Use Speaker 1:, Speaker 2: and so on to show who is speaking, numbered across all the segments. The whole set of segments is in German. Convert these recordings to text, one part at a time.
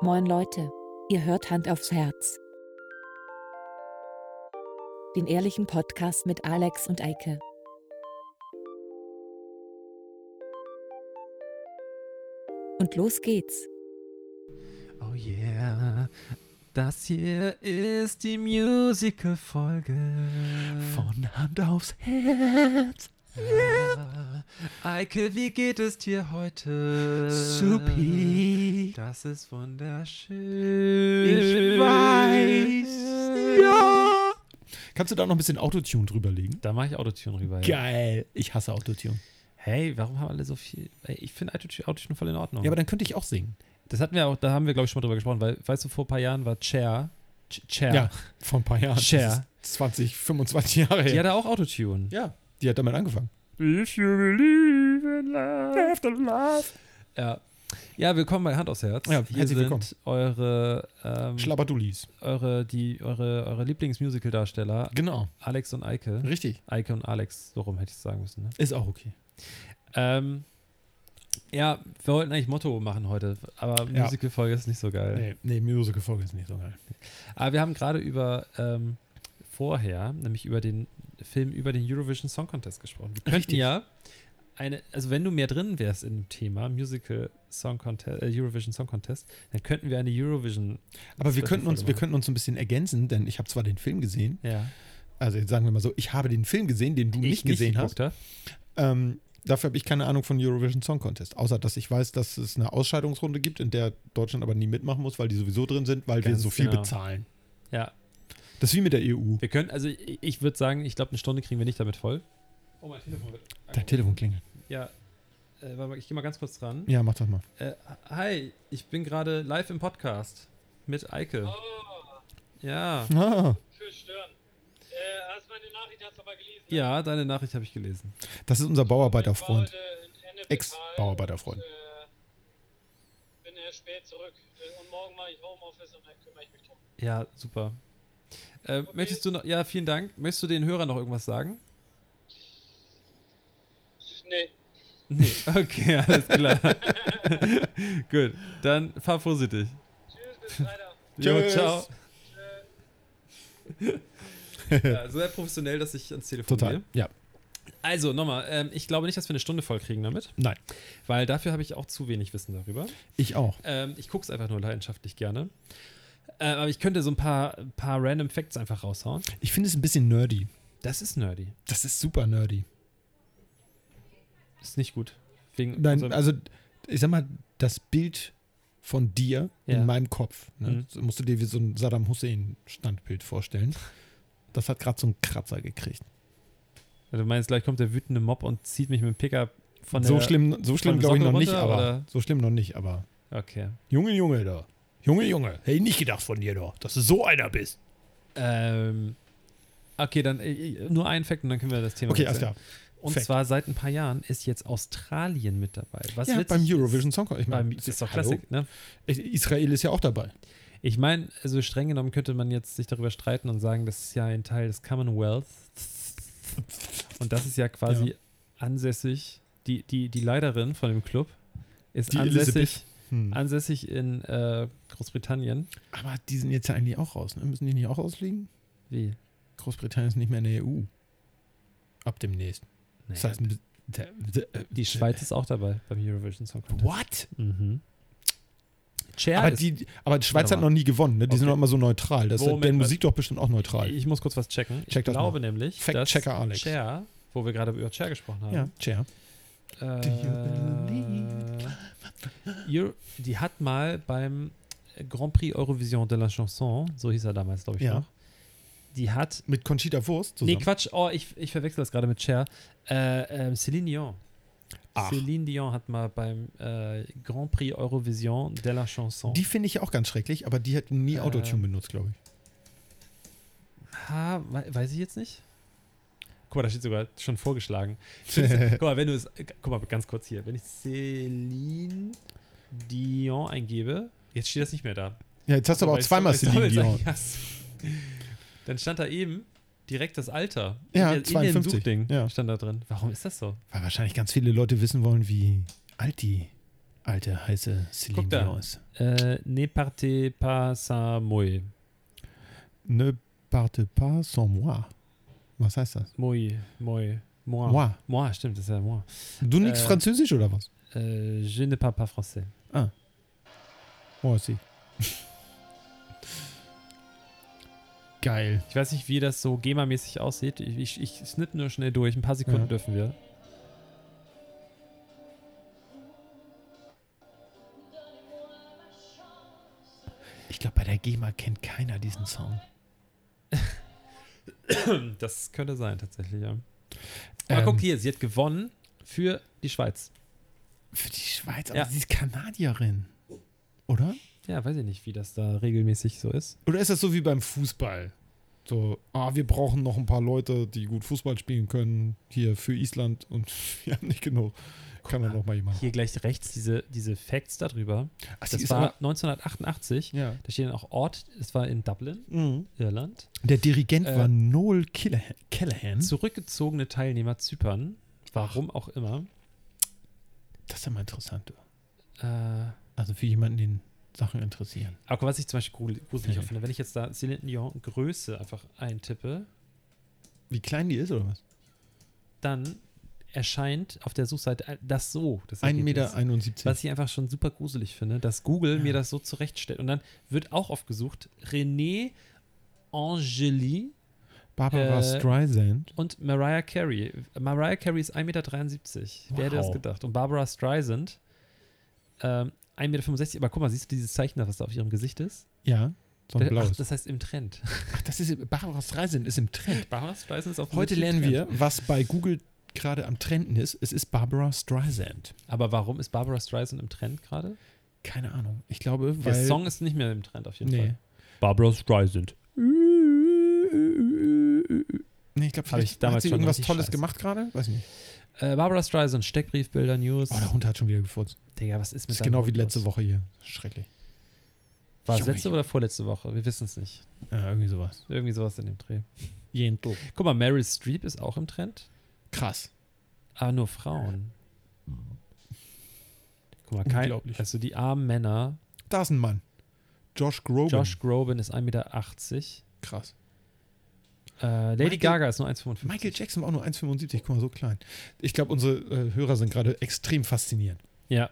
Speaker 1: Moin Leute, ihr hört Hand aufs Herz. Den ehrlichen Podcast mit Alex und Eike. Und los geht's.
Speaker 2: Oh yeah. Das hier ist die Musical-Folge
Speaker 3: Von Hand aufs Herz.
Speaker 2: Yeah. Eike, wie geht es dir heute?
Speaker 3: Supi.
Speaker 2: Das ist wunderschön.
Speaker 3: Ich weiß. Äh. Ja. Kannst du da noch ein bisschen Autotune drüberlegen?
Speaker 2: Da mache ich Autotune rüber. ja.
Speaker 3: Geil. Ich hasse Autotune.
Speaker 2: Hey, warum haben alle so viel? Ey, ich finde Autotune Autotune voll in Ordnung.
Speaker 3: Ja, aber dann könnte ich auch singen.
Speaker 2: das hatten wir auch, da haben wir, glaube ich, schon mal drüber gesprochen, weil, weißt du, vor ein paar Jahren war Cher. Ch- Cher.
Speaker 3: vor ein paar Jahren. Das
Speaker 2: Cher.
Speaker 3: ist 20, 25 Jahre
Speaker 2: Die
Speaker 3: her.
Speaker 2: hatte auch Autotune.
Speaker 3: ja, die hat damit angefangen.
Speaker 2: If you believe in love. Ja. Ja, willkommen bei Hand aufs Herz.
Speaker 3: Ja,
Speaker 2: Hier
Speaker 3: herzlich
Speaker 2: sind
Speaker 3: willkommen.
Speaker 2: eure,
Speaker 3: Mhm.
Speaker 2: ähm,
Speaker 3: Schlabberdulis.
Speaker 2: eure, die, eure, eure Lieblingsmusical-Darsteller,
Speaker 3: Genau.
Speaker 2: Alex und Eike.
Speaker 3: Richtig.
Speaker 2: Eike und Alex, so rum hätte ich es sagen müssen. Ne?
Speaker 3: Ist auch okay.
Speaker 2: Ähm, ja, wir wollten eigentlich Motto machen heute, aber
Speaker 3: Ja.
Speaker 2: Musical-Folge ist nicht so geil.
Speaker 3: Nee, nee Musical-Folge ist nicht so geil.
Speaker 2: Aber Ah, wir haben gerade über ähm, vorher, nämlich über den Film über den Eurovision Song Contest gesprochen. Wir könnten
Speaker 3: Richtig.
Speaker 2: ja eine, also wenn du mehr drin wärst im Thema Musical Song Contest, äh, Eurovision Song Contest, dann könnten wir eine Eurovision,
Speaker 3: Aber wir
Speaker 2: Special
Speaker 3: könnten, uns,
Speaker 2: Folge
Speaker 3: wir
Speaker 2: machen.
Speaker 3: könnten uns ein bisschen ergänzen, denn ich habe zwar den Film gesehen,
Speaker 2: ja,
Speaker 3: also jetzt sagen wir mal so, ich habe den Film gesehen, den du nicht gesehen hast.
Speaker 2: geguckt hab.
Speaker 3: Ähm, dafür habe ich keine Ahnung von Eurovision Song Contest. Außer, dass ich weiß, dass es eine Ausscheidungsrunde gibt, in der Deutschland aber nie mitmachen muss, weil die sowieso drin sind, weil wir
Speaker 2: Ganz
Speaker 3: so viel
Speaker 2: genau.
Speaker 3: bezahlen.
Speaker 2: Ja,
Speaker 3: Das ist wie mit der E EU.
Speaker 2: wir können, also ich, ich würde sagen, ich glaube, eine Stunde kriegen wir nicht damit voll. Oh, mein Telefon wird.
Speaker 3: Dein Telefon klingelt.
Speaker 2: Ja, äh, warte mal, ich gehe mal ganz kurz dran.
Speaker 3: Ja, mach das mal.
Speaker 2: Äh, hi, ich bin gerade live im Podcast mit Eike.
Speaker 3: Oh.
Speaker 2: Ja,
Speaker 3: Ah,
Speaker 4: Für Stören. Äh, hast meine Nachricht hast du aber gelesen. ne?
Speaker 2: ja, deine Nachricht habe ich gelesen.
Speaker 3: das ist unser
Speaker 4: Ich
Speaker 3: Bauarbeiterfreund.
Speaker 4: war heute in Ennepetal
Speaker 3: Ex-Bauarbeiterfreund.
Speaker 4: und, äh, Bin erst spät zurück. Äh, Und morgen mache ich Homeoffice und dann kümmere ich mich drum.
Speaker 2: Ja, super. Äh, Möchtest du noch, ja, vielen Dank. Möchtest du den Hörern noch irgendwas sagen?
Speaker 4: Nee,
Speaker 2: Nee. Okay, alles klar. Gut, dann fahr vorsichtig.
Speaker 4: tschüss, bis Freitag.
Speaker 2: Jo,
Speaker 3: Tschüss.
Speaker 2: ciao. ja, sehr professionell, dass ich ans Telefon
Speaker 3: Total.
Speaker 2: gehe.
Speaker 3: Ja,
Speaker 2: Also nochmal, ähm, ich glaube nicht, dass wir eine Stunde voll kriegen damit,
Speaker 3: nein.
Speaker 2: weil dafür habe ich auch zu wenig Wissen darüber.
Speaker 3: Ich auch.
Speaker 2: Ähm, ich gucke es einfach nur leidenschaftlich gerne. Äh, aber ich könnte so ein paar, paar random Facts einfach raushauen.
Speaker 3: Ich finde es ein bisschen nerdy.
Speaker 2: Das ist nerdy.
Speaker 3: Das ist super nerdy.
Speaker 2: Ist nicht gut. Wegen
Speaker 3: Nein,
Speaker 2: unserem-
Speaker 3: also ich sag mal, das Bild von dir
Speaker 2: Ja.
Speaker 3: in meinem Kopf, ne?
Speaker 2: Mhm.
Speaker 3: das musst du dir wie so ein Saddam Hussein-Standbild vorstellen. Das hat gerade so einen Kratzer gekriegt.
Speaker 2: Du meinst, gleich kommt der wütende Mob und zieht mich mit dem Pickup von
Speaker 3: so
Speaker 2: der...
Speaker 3: schlimm, so schlimm
Speaker 2: der
Speaker 3: glaube ich
Speaker 2: Socke
Speaker 3: noch nicht,
Speaker 2: runter,
Speaker 3: aber
Speaker 2: oder?
Speaker 3: so schlimm noch nicht, aber
Speaker 2: Okay.
Speaker 3: Junge, Junge da. Junge, Junge, hätte ich nicht gedacht von dir doch, dass du so einer bist.
Speaker 2: Ähm, okay, dann äh, nur ein Fakt und dann können wir das Thema
Speaker 3: Okay, alles
Speaker 2: wechseln.
Speaker 3: klar.
Speaker 2: Und
Speaker 3: Fact.
Speaker 2: zwar seit ein paar Jahren ist jetzt Australien mit dabei. Was
Speaker 3: ja,
Speaker 2: witzig
Speaker 3: beim
Speaker 2: ist.
Speaker 3: Eurovision Song Contest. Ich
Speaker 2: Beim,
Speaker 3: meine,
Speaker 2: das ist doch
Speaker 3: hallo?
Speaker 2: Klassik, ne?
Speaker 3: Israel ist ja auch dabei.
Speaker 2: Ich meine, also streng genommen könnte man jetzt sich darüber streiten und sagen, das ist ja ein Teil des Commonwealth. Und das ist ja quasi
Speaker 3: Ja.
Speaker 2: ansässig, die, die, die Leiterin von dem Club ist
Speaker 3: Die
Speaker 2: ansässig,
Speaker 3: Elizabeth. Hm.
Speaker 2: ansässig in äh, Großbritannien.
Speaker 3: Aber die sind jetzt ja eigentlich auch raus, ne? Müssen die nicht auch rausfliegen?
Speaker 2: Wie?
Speaker 3: Großbritannien ist nicht mehr in der EU. Ab demnächst.
Speaker 2: Nee.
Speaker 3: Das heißt, der- der-
Speaker 2: Die Schweiz ist auch dabei beim Eurovision Song Contest.
Speaker 3: What?
Speaker 2: Mhm. Cher
Speaker 3: Aber
Speaker 2: ist,
Speaker 3: die, aber die Schweiz
Speaker 2: Warte
Speaker 3: hat
Speaker 2: mal.
Speaker 3: noch nie gewonnen, ne? Die sind
Speaker 2: Okay.
Speaker 3: doch immer so neutral. Das ist
Speaker 2: Moment,
Speaker 3: deren
Speaker 2: was-
Speaker 3: Musik doch bestimmt auch neutral.
Speaker 2: ich muss kurz was checken.
Speaker 3: Check
Speaker 2: ich
Speaker 3: das
Speaker 2: glaube nämlich, dass
Speaker 3: Fact-Checker Alex.
Speaker 2: Cher, wo wir gerade über Cher gesprochen
Speaker 3: Ja,
Speaker 2: haben,
Speaker 3: Chair. Do you
Speaker 2: äh, Euro, die hat mal beim Grand Prix Eurovision de la Chanson, so hieß er damals, glaube ich,
Speaker 3: Ja.
Speaker 2: noch, die hat,
Speaker 3: Mit Conchita Wurst
Speaker 2: nee,
Speaker 3: zusammen.
Speaker 2: Quatsch, oh, ich, ich verwechsel das gerade mit Cher, äh, ähm, Céline Dion.
Speaker 3: Ach.
Speaker 2: Céline Dion hat mal beim äh, Grand Prix Eurovision de la Chanson.
Speaker 3: Die finde ich ja auch ganz schrecklich, aber die hat nie
Speaker 2: Oh. Äh,
Speaker 3: Autotune benutzt, glaube ich.
Speaker 2: Ha, wei- weiß ich jetzt nicht. Guck mal, da steht sogar schon vorgeschlagen. Ich find's- guck mal, wenn du es. äh, Guck mal, ganz kurz hier. Wenn ich Celine Dion eingebe, jetzt steht das nicht mehr da.
Speaker 3: Ja, jetzt hast du aber auch
Speaker 2: Weil
Speaker 3: zweimal
Speaker 2: ich soll-
Speaker 3: Celine
Speaker 2: ich soll
Speaker 3: Dion.
Speaker 2: jetzt eigentlich- Dann stand da eben direkt das Alter.
Speaker 3: Ja,
Speaker 2: In der- In dem
Speaker 3: 52,
Speaker 2: Suchding
Speaker 3: ja.
Speaker 2: stand da drin. Warum ist das so?
Speaker 3: Weil wahrscheinlich ganz viele Leute wissen wollen, wie alt die Alte, heiße Celine
Speaker 2: Guck da.
Speaker 3: Dion ist.
Speaker 2: Äh, ne partez pas sans moi.
Speaker 3: Ne parte pas sans moi. Was heißt das?
Speaker 2: Moi, moi, moi. Moi,
Speaker 3: Moi.
Speaker 2: stimmt, das ist ja moi.
Speaker 3: Du nix
Speaker 2: Äh.
Speaker 3: Französisch oder was?
Speaker 2: Äh, je ne parle pas français.
Speaker 3: Moi aussi. Geil.
Speaker 2: Ich weiß nicht, wie das so GEMA-mäßig aussieht. Ich, ich, ich schnitt nur schnell durch. Ein paar Sekunden
Speaker 3: Ja.
Speaker 2: dürfen wir.
Speaker 3: Ich glaube, bei der GEMA kennt keiner diesen Song.
Speaker 2: Das könnte sein, tatsächlich, ja. Aber
Speaker 3: Ähm.
Speaker 2: guck hier, sie hat gewonnen für die Schweiz.
Speaker 3: Für die Schweiz, aber
Speaker 2: Ja.
Speaker 3: sie ist Kanadierin. Oder?
Speaker 2: Ja, weiß ich nicht, wie das da regelmäßig so ist.
Speaker 3: Oder ist das so wie beim Fußball? So, ah, wir brauchen noch ein paar Leute, die gut Fußball spielen können, hier für Island und wir haben nicht genug. Kann dann noch mal jemand.
Speaker 2: Hier gleich rechts diese, diese Facts darüber.
Speaker 3: Ach, sie
Speaker 2: Das
Speaker 3: ist
Speaker 2: war
Speaker 3: aber-
Speaker 2: 1988.
Speaker 3: ja.
Speaker 2: Da steht dann auch Ort, es war in Dublin,
Speaker 3: Mhm.
Speaker 2: Irland.
Speaker 3: Der Dirigent
Speaker 2: Äh,
Speaker 3: war Noel Callahan. Callahan.
Speaker 2: Zurückgezogene Teilnehmer Zypern. Warum auch immer.
Speaker 3: Das ist ja mal interessant. du.
Speaker 2: Äh,
Speaker 3: Also für jemanden, den Sachen interessieren.
Speaker 2: aber was ich zum Beispiel grusel- gruselig
Speaker 3: Mhm.
Speaker 2: auch finde, wenn ich jetzt da Celine Dion Größe einfach eintippe,
Speaker 3: Wie klein die ist oder was?
Speaker 2: dann erscheint auf der Suchseite ein- das so. Das
Speaker 3: 1,71
Speaker 2: Ergebnis.
Speaker 3: Meter. 71.
Speaker 2: Was ich einfach schon super gruselig finde, dass Google
Speaker 3: Ja.
Speaker 2: mir das so zurechtstellt. Und dann wird auch oft gesucht René Angeli
Speaker 3: Barbara
Speaker 2: äh,
Speaker 3: Streisand.
Speaker 2: und Mariah Carey. Mariah Carey ist 1,73 Meter. Wer hätte das
Speaker 3: Wow.
Speaker 2: gedacht? Und Barbara Streisand ähm, 1,65 Meter. Aber guck mal, siehst du dieses Zeichen, da, was da auf ihrem Gesicht ist?
Speaker 3: Ja, so ein
Speaker 2: Da- Ach,
Speaker 3: blaues.
Speaker 2: das heißt im Trend.
Speaker 3: Ach, das ist, Barbara Streisand ist im Trend.
Speaker 2: Barbara Streisand ist auf
Speaker 3: Heute
Speaker 2: dem
Speaker 3: lernen wir,
Speaker 2: Trend.
Speaker 3: was bei Google gerade am Trenden ist. Es ist Barbara Streisand.
Speaker 2: Aber warum ist Barbara Streisand im Trend gerade?
Speaker 3: Keine Ahnung. Ich glaube, weil...
Speaker 2: Der Song ist nicht mehr im Trend auf jeden
Speaker 3: nee.
Speaker 2: Fall. Barbara Streisand.
Speaker 3: nee, ich
Speaker 2: Hab
Speaker 3: glaube,
Speaker 2: ich
Speaker 3: vielleicht hat
Speaker 2: damals
Speaker 3: sie
Speaker 2: schon
Speaker 3: irgendwas
Speaker 2: richtig
Speaker 3: Tolles
Speaker 2: scheiße.
Speaker 3: gemacht gerade. Weiß nicht.
Speaker 2: Äh, Barbara Streisand, Steckbriefbilder, News.
Speaker 3: Oh, der Hund hat schon wieder gefurzt.
Speaker 2: Digga, was ist mit
Speaker 3: Das ist genau
Speaker 2: deinem
Speaker 3: wie
Speaker 2: Hund
Speaker 3: letzte
Speaker 2: los?
Speaker 3: Woche hier. Schrecklich.
Speaker 2: War es
Speaker 3: Junge,
Speaker 2: letzte oder vorletzte Woche? Wir wissen es nicht.
Speaker 3: Ja, irgendwie sowas.
Speaker 2: Irgendwie sowas in dem Dreh.
Speaker 3: Jento.
Speaker 2: Guck mal, Meryl Streep ist auch im Trend,
Speaker 3: Krass.
Speaker 2: aber nur Frauen. Guck mal, kein,
Speaker 3: Unglaublich.
Speaker 2: also die armen Männer.
Speaker 3: Da ist ein Mann. Josh Groban.
Speaker 2: Josh Groban ist 1,80 Meter.
Speaker 3: Krass.
Speaker 2: Äh, Lady
Speaker 3: Michael-
Speaker 2: Gaga ist nur 1,55 Meter.
Speaker 3: Michael Jackson war auch nur 1,75. Guck mal, so klein. Ich glaube, unsere äh, Hörer sind gerade extrem fasziniert.
Speaker 2: Ja.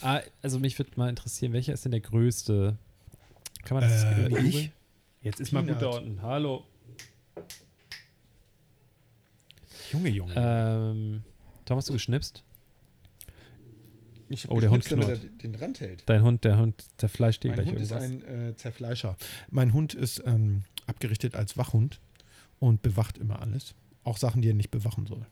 Speaker 2: ah, also mich würde mal interessieren, welcher ist denn der größte? Kann man das
Speaker 3: Äh,
Speaker 2: irgendwie
Speaker 3: ich?
Speaker 2: googeln? Jetzt ist mal gut
Speaker 3: Peanut.
Speaker 2: da unten. Hallo.
Speaker 3: Junge, Junge.
Speaker 2: Ähm, Tom, hast du geschnipst?
Speaker 3: ich
Speaker 2: oh, der Hund
Speaker 3: damit er
Speaker 2: knurrt.
Speaker 3: den Rand hält.
Speaker 2: Dein Hund, der Hund zerfleischt dir
Speaker 3: Mein
Speaker 2: gleich
Speaker 3: Hund ist
Speaker 2: irgendwas.
Speaker 3: ein äh, Zerfleischer. Mein Hund ist ähm, abgerichtet als Wachhund und bewacht immer alles. Auch Sachen, die er nicht bewachen soll.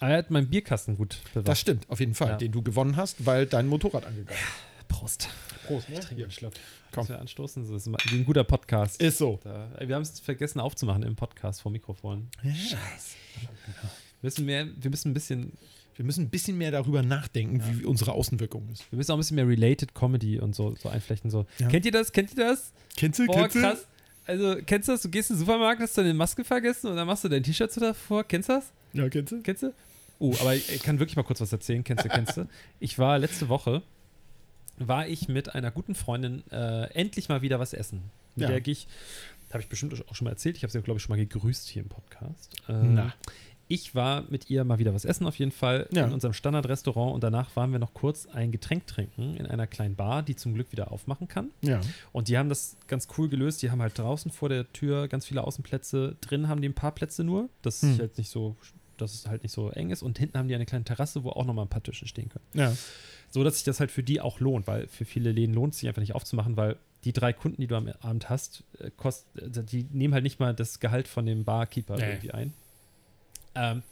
Speaker 2: Ah, er hat meinen Bierkasten gut bewahrt.
Speaker 3: Das stimmt, auf jeden Fall,
Speaker 2: Ja.
Speaker 3: den du gewonnen hast, weil dein Motorrad angegangen
Speaker 2: Prost.
Speaker 3: ist. Prost, ne?
Speaker 2: Trink
Speaker 3: Hier.
Speaker 2: einen Schluck.
Speaker 3: Komm.
Speaker 2: Dass wir anstoßen, das ist mal- wie ein guter Podcast.
Speaker 3: Ist so.
Speaker 2: Da, wir haben es vergessen aufzumachen im Podcast vor Mikrofon.
Speaker 3: Scheiße.
Speaker 2: Wir müssen, mehr, wir müssen ein bisschen,
Speaker 3: Wir müssen ein bisschen mehr darüber nachdenken, wie unsere Außenwirkung ist.
Speaker 2: wir müssen auch ein bisschen mehr Related Comedy und so, so einflechten. So.
Speaker 3: Ja.
Speaker 2: Kennt ihr das? Kennt ihr das?
Speaker 3: Kennst du,
Speaker 2: Boah, krass. Also, kennst du das? Du gehst in den Supermarkt, hast deine Maske vergessen und dann machst du dein T-Shirt so davor. Kennst du das?
Speaker 3: Ja, kennst du?
Speaker 2: Kennst du? Oh, aber ich ich kann wirklich mal kurz was erzählen. Kennst du, kennst du? Ich war letzte Woche, war ich mit einer guten Freundin äh, endlich mal wieder was essen. Mit
Speaker 3: Ja.
Speaker 2: der gehe ich, habe ich bestimmt auch schon mal erzählt, ich habe sie, glaube ich, schon mal gegrüßt hier im Podcast. Ähm,
Speaker 3: Na.
Speaker 2: Ich war mit ihr mal wieder was essen auf jeden Fall
Speaker 3: Ja.
Speaker 2: in unserem Standardrestaurant und danach waren wir noch kurz ein Getränk trinken in einer kleinen Bar, die zum Glück wieder aufmachen kann.
Speaker 3: Ja.
Speaker 2: Und die haben das ganz cool gelöst. Die haben halt draußen vor der Tür ganz viele Außenplätze. Drin haben die ein paar Plätze nur, dass
Speaker 3: Hm.
Speaker 2: es halt nicht so, dass es halt nicht so eng ist. Und hinten haben die eine kleine Terrasse, wo auch nochmal ein paar Tische stehen können.
Speaker 3: Ja.
Speaker 2: So dass sich das halt für die auch lohnt, weil für viele Läden lohnt es sich einfach nicht aufzumachen, weil die drei Kunden, die du am Abend hast, äh, kost, äh, die nehmen halt nicht mal das Gehalt von dem Barkeeper
Speaker 3: Nee.
Speaker 2: irgendwie ein. Ähm,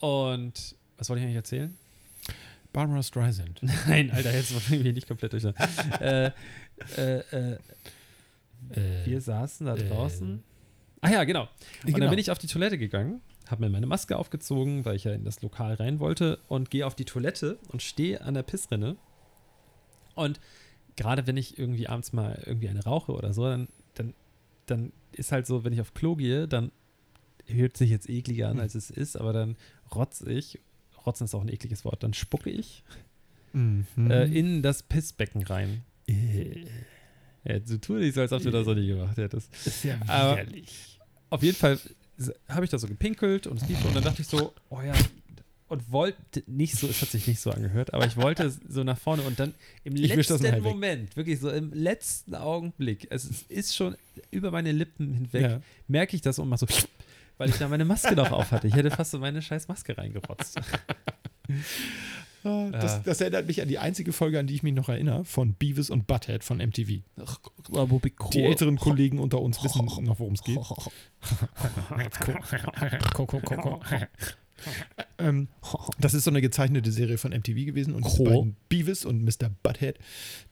Speaker 2: und was wollte ich eigentlich erzählen?
Speaker 3: Barbara Streisand.
Speaker 2: Nein, Alter, jetzt war ich nicht komplett durch. äh, äh, äh, wir saßen da
Speaker 3: äh,
Speaker 2: draußen. Ah ja, genau. Und
Speaker 3: genau.
Speaker 2: dann bin ich auf die Toilette gegangen, habe mir meine Maske aufgezogen, weil ich ja in das Lokal rein wollte und gehe auf die Toilette und stehe an der Pissrinne. Und gerade wenn ich irgendwie abends mal irgendwie eine rauche oder so, dann, dann, dann ist halt so, wenn ich
Speaker 3: Hm.
Speaker 2: auf Klo gehe, dann hört sich jetzt ekliger an, als es ist, aber dann rotze ich, Rotzen ist auch ein ekliges Wort. Dann spucke ich
Speaker 3: Mhm. Äh.
Speaker 2: äh, in das Pissbecken rein. Ja, so tue ich so, als ob du das noch nie gemacht hättest.
Speaker 3: ist ja
Speaker 2: aber-
Speaker 3: widerlich.
Speaker 2: Auf jeden Fall s- habe ich da so gepinkelt und es lief so. Und dann dachte ich so, oh ja, und wollte nicht so, es hat sich nicht so angehört, aber ich wollte so nach vorne und dann im
Speaker 3: Ich wisch das
Speaker 2: letzten
Speaker 3: nachher weg.
Speaker 2: Moment, wirklich so im letzten Augenblick, es ist- ist schon über meine Lippen hinweg,
Speaker 3: Ja.
Speaker 2: merke ich das und mache so, weil ich da meine Maske noch auf hatte. Ich hätte fast so meine scheiß Maske reingerotzt.
Speaker 3: Ah, Das,
Speaker 2: Ja.
Speaker 3: das erinnert mich an die einzige Folge, an die ich mich noch erinnere, von Beavis und Butthead von MTV. Die älteren Kollegen unter uns wissen noch, worum es geht. ähm, das ist so eine gezeichnete Serie von MTV gewesen und die
Speaker 2: Ho.
Speaker 3: beiden Beavis und Mr. Butthead,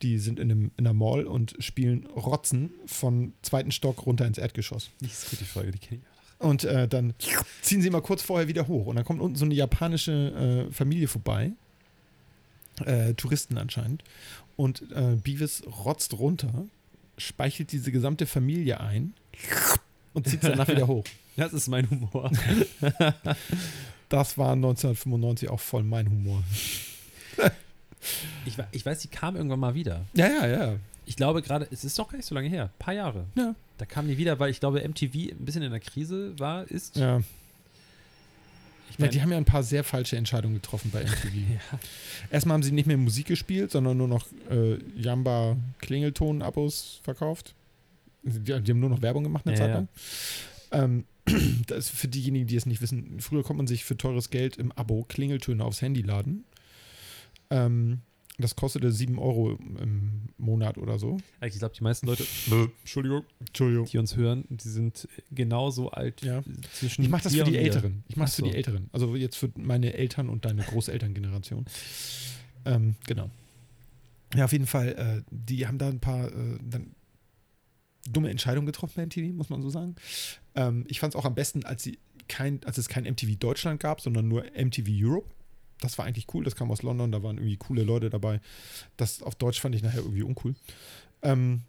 Speaker 3: die sind in, einem, in einer Mall und spielen Rotzen vom zweiten Stock runter ins Erdgeschoss.
Speaker 2: Nicht so gute Folge, die kenne ich.
Speaker 3: Und äh, dann ziehen sie mal kurz vorher wieder hoch. Und dann kommt unten so eine japanische äh, Familie vorbei. Äh, Touristen anscheinend. Und äh, Beavis rotzt runter, speichelt diese gesamte Familie ein und zieht sie danach wieder hoch.
Speaker 2: Das ist mein Humor.
Speaker 3: Das war 1995 auch voll mein Humor.
Speaker 2: Ich, we- ich weiß, die kam irgendwann mal wieder.
Speaker 3: Ja, ja, ja.
Speaker 2: Ich glaube gerade, es ist doch gar nicht so lange her, ein paar Jahre.
Speaker 3: Ja.
Speaker 2: Da kam die wieder, weil ich glaube, MTV ein bisschen in der Krise war, ist.
Speaker 3: Ja,
Speaker 2: Ich
Speaker 3: ja
Speaker 2: meine,
Speaker 3: die haben ja ein paar sehr falsche Entscheidungen getroffen bei MTV.
Speaker 2: ja.
Speaker 3: Erstmal haben sie nicht mehr Musik gespielt, sondern nur noch äh, Jamba-Klingelton-Abos verkauft. Also Die, die haben nur noch Werbung gemacht eine
Speaker 2: Ja,
Speaker 3: Zeit
Speaker 2: ja.
Speaker 3: lang. Ähm, das ist für diejenigen, die es nicht wissen, früher konnte man sich für teures Geld im Abo Klingeltöne aufs Handy laden. Ähm, das kostete 7 Euro im Monat oder so.
Speaker 2: ich glaube, die meisten Leute,
Speaker 3: Entschuldigung. Entschuldigung.
Speaker 2: die uns hören, die sind genauso alt
Speaker 3: Ja.
Speaker 2: zwischen.
Speaker 3: Ich mache das
Speaker 2: dir
Speaker 3: für die
Speaker 2: und mir.
Speaker 3: Älteren. Ich mache es
Speaker 2: Ach
Speaker 3: für
Speaker 2: so.
Speaker 3: die Älteren. Also jetzt für meine Eltern und deine Großelterngeneration. Ähm, genau. Ja, auf jeden Fall. Äh, die haben da ein paar äh, dann dumme Entscheidungen getroffen bei MTV, muss man so sagen. Ähm, ich fand es auch am besten, als, sie kein, als es kein MTV Deutschland gab, sondern nur MTV Europe. Das war eigentlich cool. Das kam aus London. Da waren irgendwie coole Leute dabei. Das auf Deutsch fand ich nachher irgendwie uncool. Ähm,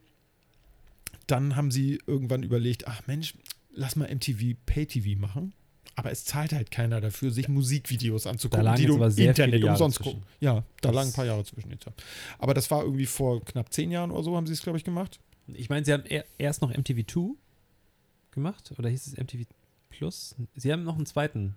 Speaker 3: dann haben sie irgendwann überlegt, ach Mensch, lass mal MTV Pay-TV machen. Aber es zahlt halt keiner dafür, sich Musikvideos anzugucken,
Speaker 2: lagen
Speaker 3: die
Speaker 2: jetzt
Speaker 3: du
Speaker 2: aber
Speaker 3: im
Speaker 2: sehr
Speaker 3: Internet
Speaker 2: viele Jahre
Speaker 3: umsonst
Speaker 2: zwischen.
Speaker 3: gucken. Ja, da
Speaker 2: Das-
Speaker 3: lagen ein paar Jahre zwischen jetzt. ja. Aber das war irgendwie vor knapp zehn Jahren oder so, haben sie es, glaube ich, gemacht.
Speaker 2: Ich meine, sie haben er, erst noch MTV2 gemacht oder hieß es MTV Plus? Sie haben noch einen zweiten.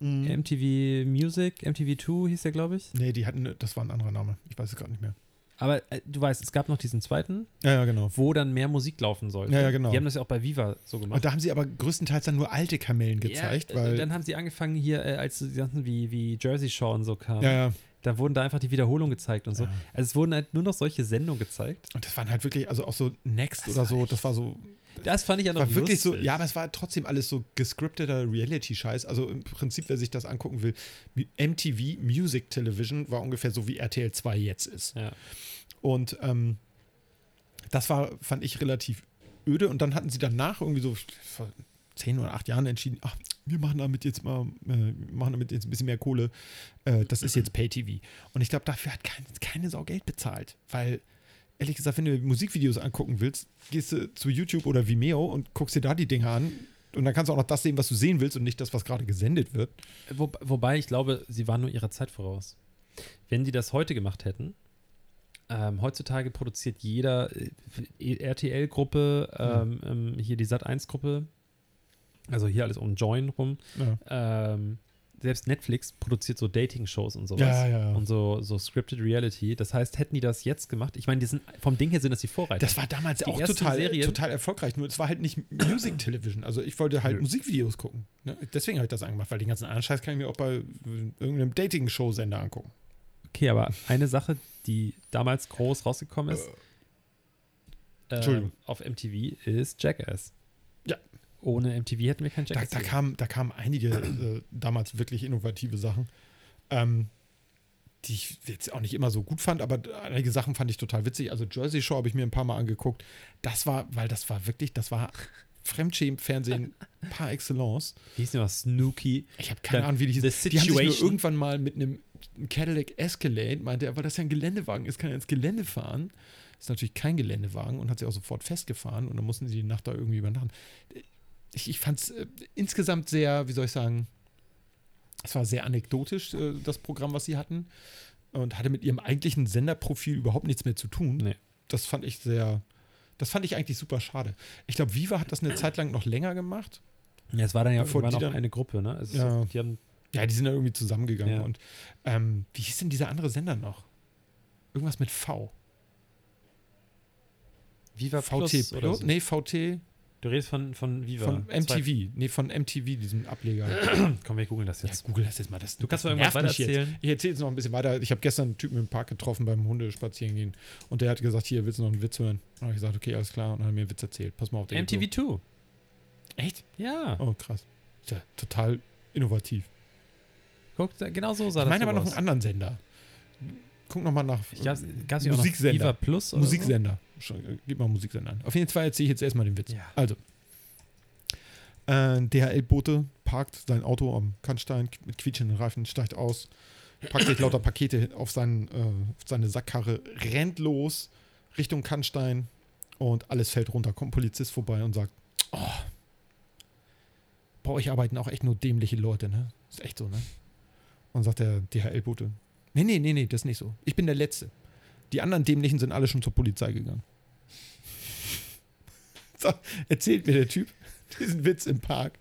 Speaker 2: Mhm. MTV Music, MTV2 hieß der, glaube ich.
Speaker 3: Nee, die hatten, das war ein anderer Name. Ich weiß es gerade nicht mehr.
Speaker 2: Aber äh, du weißt, es gab noch diesen zweiten,
Speaker 3: Ja, ja, genau.
Speaker 2: wo dann mehr Musik laufen sollte.
Speaker 3: Ja, ja, genau.
Speaker 2: Die haben das ja auch bei Viva so gemacht.
Speaker 3: Und da haben sie aber größtenteils dann nur alte Kamellen gezeigt,
Speaker 2: ja, äh,
Speaker 3: weil.
Speaker 2: Dann haben sie angefangen hier, äh, als die ganzen wie, wie Jersey Shore und so kamen.
Speaker 3: ja, ja.
Speaker 2: Da wurden da einfach die Wiederholungen gezeigt und so.
Speaker 3: Ja.
Speaker 2: Also es wurden halt nur noch solche Sendungen gezeigt.
Speaker 3: Und das waren halt wirklich, also auch so Next oder so, das war so,
Speaker 2: Das fand ich ja noch
Speaker 3: war wirklich so,
Speaker 2: lustig.
Speaker 3: ja, aber es war trotzdem alles so gescripteter Reality-Scheiß. Also im Prinzip, wer sich das angucken will, MTV Music Television war ungefähr so wie RTL 2 jetzt ist.
Speaker 2: Ja.
Speaker 3: Und ähm, das war, fand ich relativ öde. Und dann hatten sie danach irgendwie so vor zehn oder acht Jahren entschieden, ach, wir machen damit jetzt mal, äh, wir machen damit jetzt ein bisschen mehr Kohle. Äh, das ist jetzt Pay-TV. Und ich glaube, dafür hat kein, keine Sau Geld bezahlt. Weil, ehrlich gesagt, wenn du Musikvideos angucken willst, gehst du zu YouTube oder Vimeo und guckst dir da die Dinger an. Und dann kannst du auch noch das sehen, was du sehen willst und nicht das, was gerade gesendet wird.
Speaker 2: Wo, wobei ich glaube, sie waren nur ihrer Zeit voraus. Wenn die das heute gemacht hätten, ähm, heutzutage produziert jeder äh, RTL-Gruppe, ähm, ähm, hier die Sat1-Gruppe, also hier alles um Join rum,
Speaker 3: Ja,
Speaker 2: ähm, selbst Netflix produziert so Dating-Shows und sowas.
Speaker 3: ja. ja.
Speaker 2: Und so, so Scripted Reality. Das heißt, hätten die das jetzt gemacht, ich meine, die sind, vom Ding her sind das die Vorreiter.
Speaker 3: Das war damals
Speaker 2: Die
Speaker 3: auch
Speaker 2: ersten
Speaker 3: total,
Speaker 2: Serien-
Speaker 3: total erfolgreich, nur es war halt nicht Music Television. Also ich wollte halt Musikvideos gucken. Ne? Deswegen habe ich das angemacht, weil den ganzen anderen Scheiß kann ich mir auch bei äh, irgendeinem Dating-Show-Sender angucken.
Speaker 2: Okay, aber eine Sache, die damals groß rausgekommen ist, äh,
Speaker 3: Entschuldigung.
Speaker 2: auf MTV, ist Jackass.
Speaker 3: Ja.
Speaker 2: Ohne MTV hätten wir keinen
Speaker 3: Da,
Speaker 2: Jackass.
Speaker 3: da,
Speaker 2: gesehen.
Speaker 3: kam, da kamen einige äh, damals wirklich innovative Sachen, ähm, die ich jetzt auch nicht immer so gut fand, aber einige Sachen fand ich total witzig. Also Jersey Show habe ich mir ein paar Mal angeguckt. Das war, weil das war wirklich, das war Fremdschämen-Fernsehen par excellence.
Speaker 2: Wie hieß denn was? Snooki.
Speaker 3: Ich habe keine
Speaker 2: Dann
Speaker 3: Ahnung, wie die hieß.
Speaker 2: The
Speaker 3: Die haben sich nur
Speaker 2: Situation.
Speaker 3: irgendwann mal mit einem Cadillac Escalade, meinte er, weil das ja ein Geländewagen ist, kann er ins Gelände fahren. Ist natürlich kein Geländewagen und hat sie auch sofort festgefahren und dann mussten sie die Nacht da irgendwie übernachten. Ich, ich fand es äh, insgesamt sehr, wie soll ich sagen, Es war sehr anekdotisch, äh, das Programm, was sie hatten. Und hatte mit ihrem eigentlichen Senderprofil überhaupt nichts mehr zu tun.
Speaker 2: Nee.
Speaker 3: Das fand ich sehr. Das fand ich eigentlich super schade. Ich glaube, Viva hat das eine Zeit lang noch länger gemacht.
Speaker 2: Ja, es war dann ja
Speaker 3: Bevor
Speaker 2: irgendwann
Speaker 3: die
Speaker 2: noch
Speaker 3: dann-
Speaker 2: eine Gruppe, ne? Es ist
Speaker 3: Ja.
Speaker 2: so, die haben,
Speaker 3: Ja, die sind ja irgendwie zusammengegangen.
Speaker 2: Ja.
Speaker 3: Und ähm, wie hieß denn dieser andere Sender noch? Irgendwas mit V.
Speaker 2: Viva
Speaker 3: VT
Speaker 2: Plus oder
Speaker 3: Plus?
Speaker 2: so.
Speaker 3: Nee, VT
Speaker 2: Du redest von, von Viva.
Speaker 3: von
Speaker 2: Zwei-
Speaker 3: MTV. Nee, von MTV, diesem Ableger.
Speaker 2: Komm, wir googeln das
Speaker 3: Ja,
Speaker 2: jetzt.
Speaker 3: google das jetzt mal. Das,
Speaker 2: Du kannst doch irgendwas
Speaker 3: nervt mich jetzt.
Speaker 2: weitererzählen.
Speaker 3: Ich erzähle jetzt noch ein bisschen weiter. Ich habe gestern einen Typen im Park getroffen beim Hundespazieren gehen und der hat gesagt, hier, willst du noch einen Witz hören? Und habe ich gesagt, okay, alles klar. Und dann hat er mir einen Witz erzählt. Pass mal auf. der geht
Speaker 2: MTV 2.
Speaker 3: so. Echt?
Speaker 2: Ja.
Speaker 3: Oh, krass. Ja, total innovativ.
Speaker 2: Guck, da- genau so sah
Speaker 3: Ich
Speaker 2: das.
Speaker 3: meine
Speaker 2: so
Speaker 3: aber noch
Speaker 2: aus.
Speaker 3: einen anderen Sender. Guck noch mal nach. äh,
Speaker 2: Ich gab's, gab's
Speaker 3: Musiksender.
Speaker 2: Viva Plus oder
Speaker 3: Musiksender. Schon, äh, gib mal Musiksender an. Auf jeden Fall erzähle ich jetzt erstmal den Witz.
Speaker 2: Ja.
Speaker 3: Also. Äh, DHL-Bote parkt sein Auto am Kannstein mit quietschenden Reifen, steigt aus, packt sich lauter Pakete auf, seinen, äh, auf seine Sackkarre, rennt los Richtung Kannstein und alles fällt runter. Kommt ein Polizist vorbei und sagt: oh, Bei euch arbeiten auch echt nur dämliche Leute, ne? Ist echt so, ne? Und sagt der DHL-Bote: Nee, nee, nee, nee, das ist nicht so. Ich bin der Letzte. Die anderen Dämlichen sind alle schon zur Polizei gegangen. So, erzählt mir der Typ diesen Witz im Park,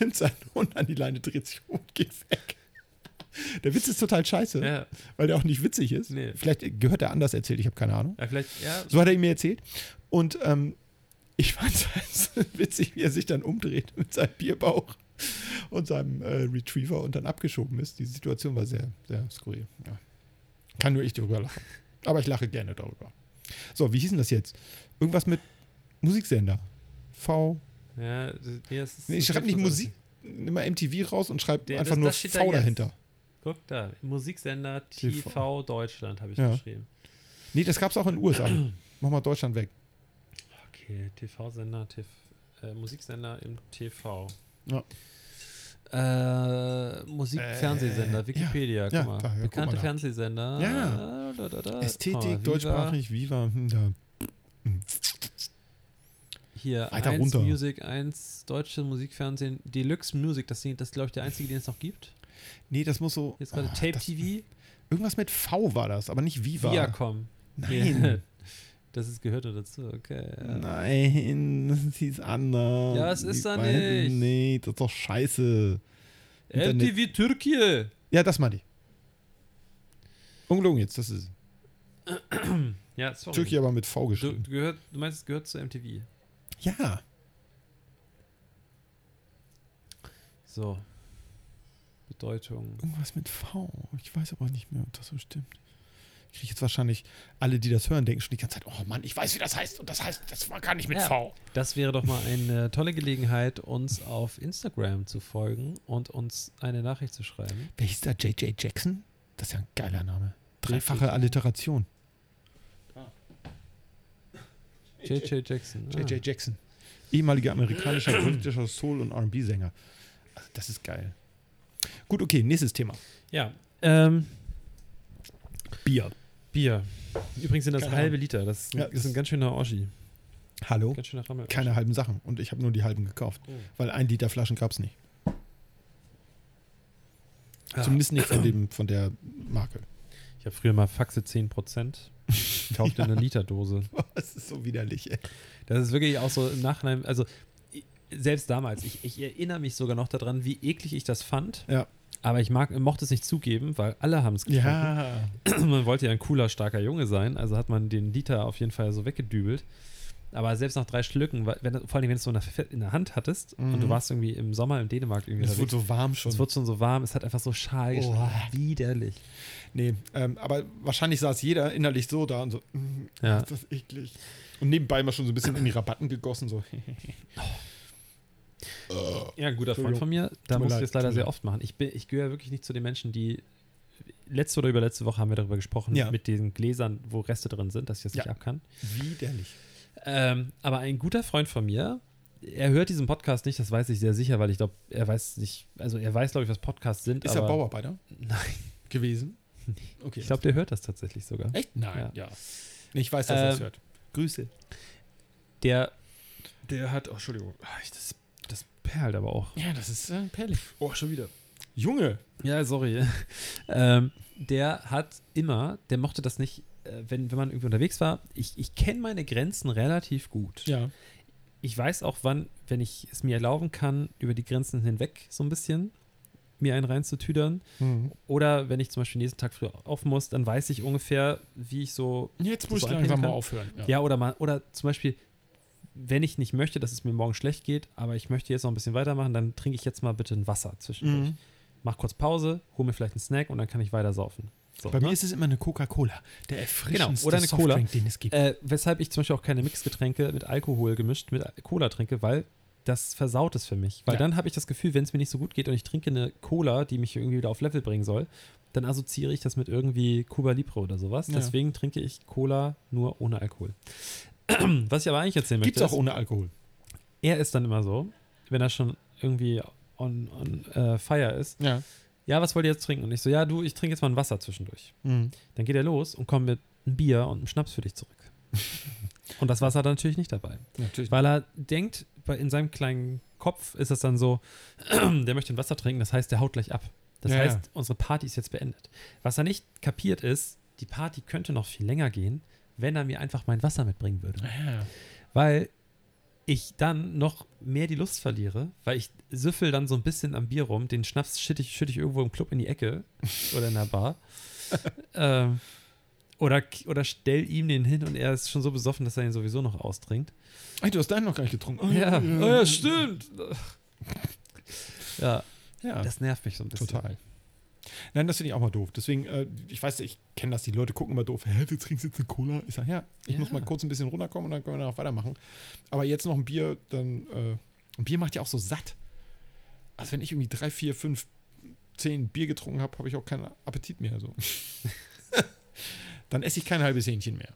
Speaker 3: nimmt seinen Hund an die Leine, dreht sich um und geht weg. Der Witz ist total scheiße,
Speaker 2: So. Ja,
Speaker 3: weil der auch nicht witzig ist.
Speaker 2: Nee.
Speaker 3: Vielleicht gehört er anders erzählt, ich habe keine Ahnung.
Speaker 2: ja, äh, vielleicht, ja.
Speaker 3: So hat er ihn mir erzählt. Und ähm, ich fand es witzig, wie er sich dann umdreht mit seinem Bierbauch und seinem äh, Retriever und dann abgeschoben ist. Die Situation war sehr, sehr skurril. Ja. Kann nur ich darüber lachen. Aber ich lache gerne darüber. So, wie hieß denn das jetzt? Irgendwas mit Musiksender. V.
Speaker 2: ja, das- nee, das ist-
Speaker 3: Nee, ich
Speaker 2: das
Speaker 3: schreibe
Speaker 2: ist
Speaker 3: nicht
Speaker 2: so-
Speaker 3: Musik. Nimm mal MTV raus und schreib
Speaker 2: Der-
Speaker 3: einfach
Speaker 2: das-
Speaker 3: nur
Speaker 2: das steht da
Speaker 3: V
Speaker 2: jetzt.
Speaker 3: dahinter.
Speaker 2: Guck da, Musiksender
Speaker 3: TV.
Speaker 2: TV, Deutschland habe ich
Speaker 3: Ja.
Speaker 2: geschrieben.
Speaker 3: Nee, das gab es auch in den USA. Mach mal Deutschland weg.
Speaker 2: Okay, TV-Sender, TV, äh, Musiksender im TV.
Speaker 3: Ja.
Speaker 2: Äh,
Speaker 3: Äh,
Speaker 2: Musik-Fernsehsender, Wikipedia,
Speaker 3: ja,
Speaker 2: guck mal.
Speaker 3: da, ja, guck
Speaker 2: Bekannte
Speaker 3: mal da.
Speaker 2: Fernsehsender.
Speaker 3: Ja.
Speaker 2: Ah, Da, da, da.
Speaker 3: Ästhetik,
Speaker 2: Guck mal, Viva.
Speaker 3: deutschsprachig, Viva. Hm, da.
Speaker 2: Hier,
Speaker 3: Weiter
Speaker 2: 1
Speaker 3: runter.
Speaker 2: Music 1, deutsche Musikfernsehen, Deluxe Music, das, Ding- das ist, glaube ich, der einzige, den es noch gibt.
Speaker 3: Nee, das muss so.
Speaker 2: Jetzt gerade
Speaker 3: Ah,
Speaker 2: Tape
Speaker 3: das-
Speaker 2: TV,
Speaker 3: Irgendwas mit V war das, aber nicht Viva.
Speaker 2: Viacom.
Speaker 3: Nein.
Speaker 2: Das ist, gehörte dazu, okay. ja.
Speaker 3: Nein, das hieß anders.
Speaker 2: Ja, es ist
Speaker 3: Die
Speaker 2: da
Speaker 3: beiden-
Speaker 2: nicht.
Speaker 3: Nee, das ist doch scheiße. Internet-
Speaker 2: MTV Türkei.
Speaker 3: Ja, das meine ich. Ungelogen jetzt, das ist
Speaker 2: Ja, sorry.
Speaker 3: Türkei aber mit V
Speaker 2: Du,
Speaker 3: geschrieben.
Speaker 2: du, gehört, du meinst, es gehört zu MTV.
Speaker 3: ja.
Speaker 2: So. Bedeutung.
Speaker 3: Irgendwas mit V. Ich weiß aber nicht mehr, ob das so stimmt. Ich kriege jetzt wahrscheinlich alle, die das hören, denken schon die ganze Zeit, oh Mann, ich weiß, wie das heißt. Und das heißt, das war gar nicht mit
Speaker 2: Ja.
Speaker 3: V.
Speaker 2: Das wäre doch mal eine tolle Gelegenheit, uns auf Instagram zu folgen und uns eine Nachricht zu schreiben.
Speaker 3: Wer hieß da? J.J. Jackson? Das ist ja ein geiler Name. Dreifache Alliteration.
Speaker 2: JJ Jackson. Ah.
Speaker 3: J.J. Jackson. Ehemaliger amerikanischer politischer Soul- und RB-Sänger. Also das ist geil. Gut, okay, nächstes Thema.
Speaker 2: Ah. Ja. Ähm,
Speaker 3: Bier.
Speaker 2: Bier. Übrigens sind das
Speaker 3: Keine
Speaker 2: halbe Liter. Das ist, ein-
Speaker 3: Ja, Oh,
Speaker 2: das ist ein ganz schöner Oschi.
Speaker 3: Hallo?
Speaker 2: Ganz schöner Rammel.
Speaker 3: Keine halben Sachen. Und ich habe nur die halben gekauft.
Speaker 2: Genau. Oh.
Speaker 3: Weil ein Liter Flaschen gab es nicht.
Speaker 2: Ah.
Speaker 3: Zumindest nicht von, dem, von der Marke.
Speaker 2: Ich habe früher mal Faxe 10% gekauft in einer Literdose.
Speaker 3: Das ist so widerlich, ey.
Speaker 2: Das ist wirklich auch so im Nachhinein, also i- selbst damals, ich, ich erinnere mich sogar noch daran, wie eklig ich das fand.
Speaker 3: Ja.
Speaker 2: Aber ich mag, mochte es nicht zugeben, weil alle haben es getrunken.
Speaker 3: Ja.
Speaker 2: Man wollte ja ein cooler, starker Junge sein, also hat man den Liter auf jeden Fall so weggedübelt. Aber selbst nach drei Schlücken, weil- wenn, vor allem wenn du es so in der, Fe- in der Hand hattest und du
Speaker 3: Mhm.
Speaker 2: warst irgendwie im Sommer in Dänemark irgendwie
Speaker 3: Es wurde
Speaker 2: unterwegs,
Speaker 3: so warm schon.
Speaker 2: es wurde schon so warm, es hat einfach so schal geschmeckt.
Speaker 3: Boah.
Speaker 2: Widerlich.
Speaker 3: Nee, ähm, aber wahrscheinlich saß jeder innerlich so da und so, mm,
Speaker 2: Ja.
Speaker 3: ist das eklig. Und nebenbei mal schon so ein bisschen in die Rabatten gegossen, so.
Speaker 2: Ja, ein guter Freund
Speaker 3: Entschuldigung.
Speaker 2: von mir. Da
Speaker 3: Tut mir
Speaker 2: muss ich
Speaker 3: leid,
Speaker 2: das leider
Speaker 3: Entschuldigung.
Speaker 2: sehr oft machen. Ich, bin, ich gehöre wirklich nicht zu den Menschen, die. Letzte oder überletzte Woche haben wir darüber gesprochen,
Speaker 3: Ja.
Speaker 2: mit den Gläsern, wo Reste drin sind, dass ich das
Speaker 3: Ja.
Speaker 2: nicht ab kann.
Speaker 3: Widerlich.
Speaker 2: Ähm, aber ein guter Freund von mir, er hört diesen Podcast nicht, das weiß ich sehr sicher, weil ich glaube, er weiß nicht, also er weiß, glaube ich, was Podcasts sind.
Speaker 3: Ist
Speaker 2: aber
Speaker 3: er Bauarbeiter
Speaker 2: Nein,
Speaker 3: gewesen? Okay.
Speaker 2: ich glaube, der hört das tatsächlich sogar.
Speaker 3: Echt? Nein. Ja. Nee, Ich weiß, dass er es
Speaker 2: Ähm,
Speaker 3: hört. Grüße.
Speaker 2: Der, der hat, oh, Entschuldigung, Ah, ich- das, das perlt aber auch.
Speaker 3: Ja, das ist äh, perlig.
Speaker 2: Oh, schon wieder.
Speaker 3: Junge!
Speaker 2: Ja, sorry. ähm, der hat immer, der mochte das nicht, äh, wenn, wenn man irgendwie unterwegs war. Ich, ich kenne meine Grenzen relativ gut.
Speaker 3: Ja.
Speaker 2: Ich weiß auch, wann, wenn ich es mir erlauben kann, über die Grenzen hinweg so ein bisschen mir einen reinzutüdern.
Speaker 3: Mhm.
Speaker 2: Oder wenn ich zum Beispiel nächsten Tag früh auf muss, dann weiß ich ungefähr, wie ich so
Speaker 3: Jetzt muss
Speaker 2: So
Speaker 3: ich
Speaker 2: einpennen
Speaker 3: langsam mal
Speaker 2: kann.
Speaker 3: aufhören.
Speaker 2: Ja, oder mal, oder zum Beispiel, wenn ich nicht möchte, dass es mir morgen schlecht geht, aber ich möchte jetzt noch ein bisschen weitermachen, dann trinke ich jetzt mal bitte ein Wasser zwischendurch.
Speaker 3: Mhm.
Speaker 2: Mach kurz Pause, hol mir vielleicht einen Snack und dann kann ich weiter saufen. So,
Speaker 3: Bei
Speaker 2: ne? Genau,
Speaker 3: mir ist es immer eine Coca-Cola. Der erfrischendste
Speaker 2: Oder eine Cola.
Speaker 3: Softdrink, den es gibt.
Speaker 2: äh, weshalb ich zum Beispiel auch keine Mixgetränke mit Alkohol gemischt mit Cola trinke, weil das versaut es für mich. Weil
Speaker 3: Ja.
Speaker 2: dann habe ich das Gefühl, wenn es mir nicht so gut geht und ich trinke eine Cola, die mich irgendwie wieder auf Level bringen soll, dann assoziiere ich das mit irgendwie Cuba Libre oder sowas.
Speaker 3: Ja.
Speaker 2: Deswegen trinke ich Cola nur ohne Alkohol. Was ich aber eigentlich erzählen möchte.
Speaker 3: Gibt es auch
Speaker 2: ist-
Speaker 3: ohne Alkohol.
Speaker 2: er ist dann immer so, wenn er schon irgendwie on, on äh, fire ist,
Speaker 3: Ja.
Speaker 2: ja, was wollt ihr jetzt trinken? Und ich so, ja, du, ich trinke jetzt mal ein Wasser zwischendurch.
Speaker 3: Mhm.
Speaker 2: Dann geht er los und kommt mit einem Bier und einem Schnaps für dich zurück. und das Wasser hat er natürlich nicht dabei.
Speaker 3: Natürlich.
Speaker 2: Weil er denkt, bei- in seinem kleinen Kopf ist das dann so, der möchte ein Wasser trinken, das heißt, der haut gleich ab. Das
Speaker 3: Ja, ja.
Speaker 2: heißt, unsere Party ist jetzt beendet. Was er nicht kapiert ist, die Party könnte noch viel länger gehen, wenn er mir einfach mein Wasser mitbringen würde
Speaker 3: Ja.
Speaker 2: weil ich dann noch mehr die Lust verliere, weil ich süffel dann so ein bisschen am Bier rum, den Schnaps schütte ich, schütte ich irgendwo im Club in die Ecke oder in der Bar. ähm, oder, oder stell ihm den hin und er ist schon so besoffen, dass er ihn sowieso noch austrinkt.
Speaker 3: Ey, du hast deinen noch gar nicht getrunken. Oh,
Speaker 2: Ja,
Speaker 3: ja.
Speaker 2: oh ja stimmt. ja,
Speaker 3: Ja.
Speaker 2: das nervt mich so ein bisschen.
Speaker 3: Total. Nein, das finde ich auch mal doof. Deswegen, äh, ich weiß, ich kenne das, die Leute gucken immer doof. Hä, du trinkst jetzt eine Cola? Ich sage, ja, ich
Speaker 2: Ja.
Speaker 3: muss mal kurz ein bisschen runterkommen und dann können wir danach weitermachen. Aber jetzt noch ein Bier, dann. Äh, ein Bier macht ja auch so satt. Also, wenn ich irgendwie drei, vier, fünf, zehn Bier getrunken habe, habe ich auch keinen Appetit mehr. So. dann esse ich kein halbes Hähnchen mehr.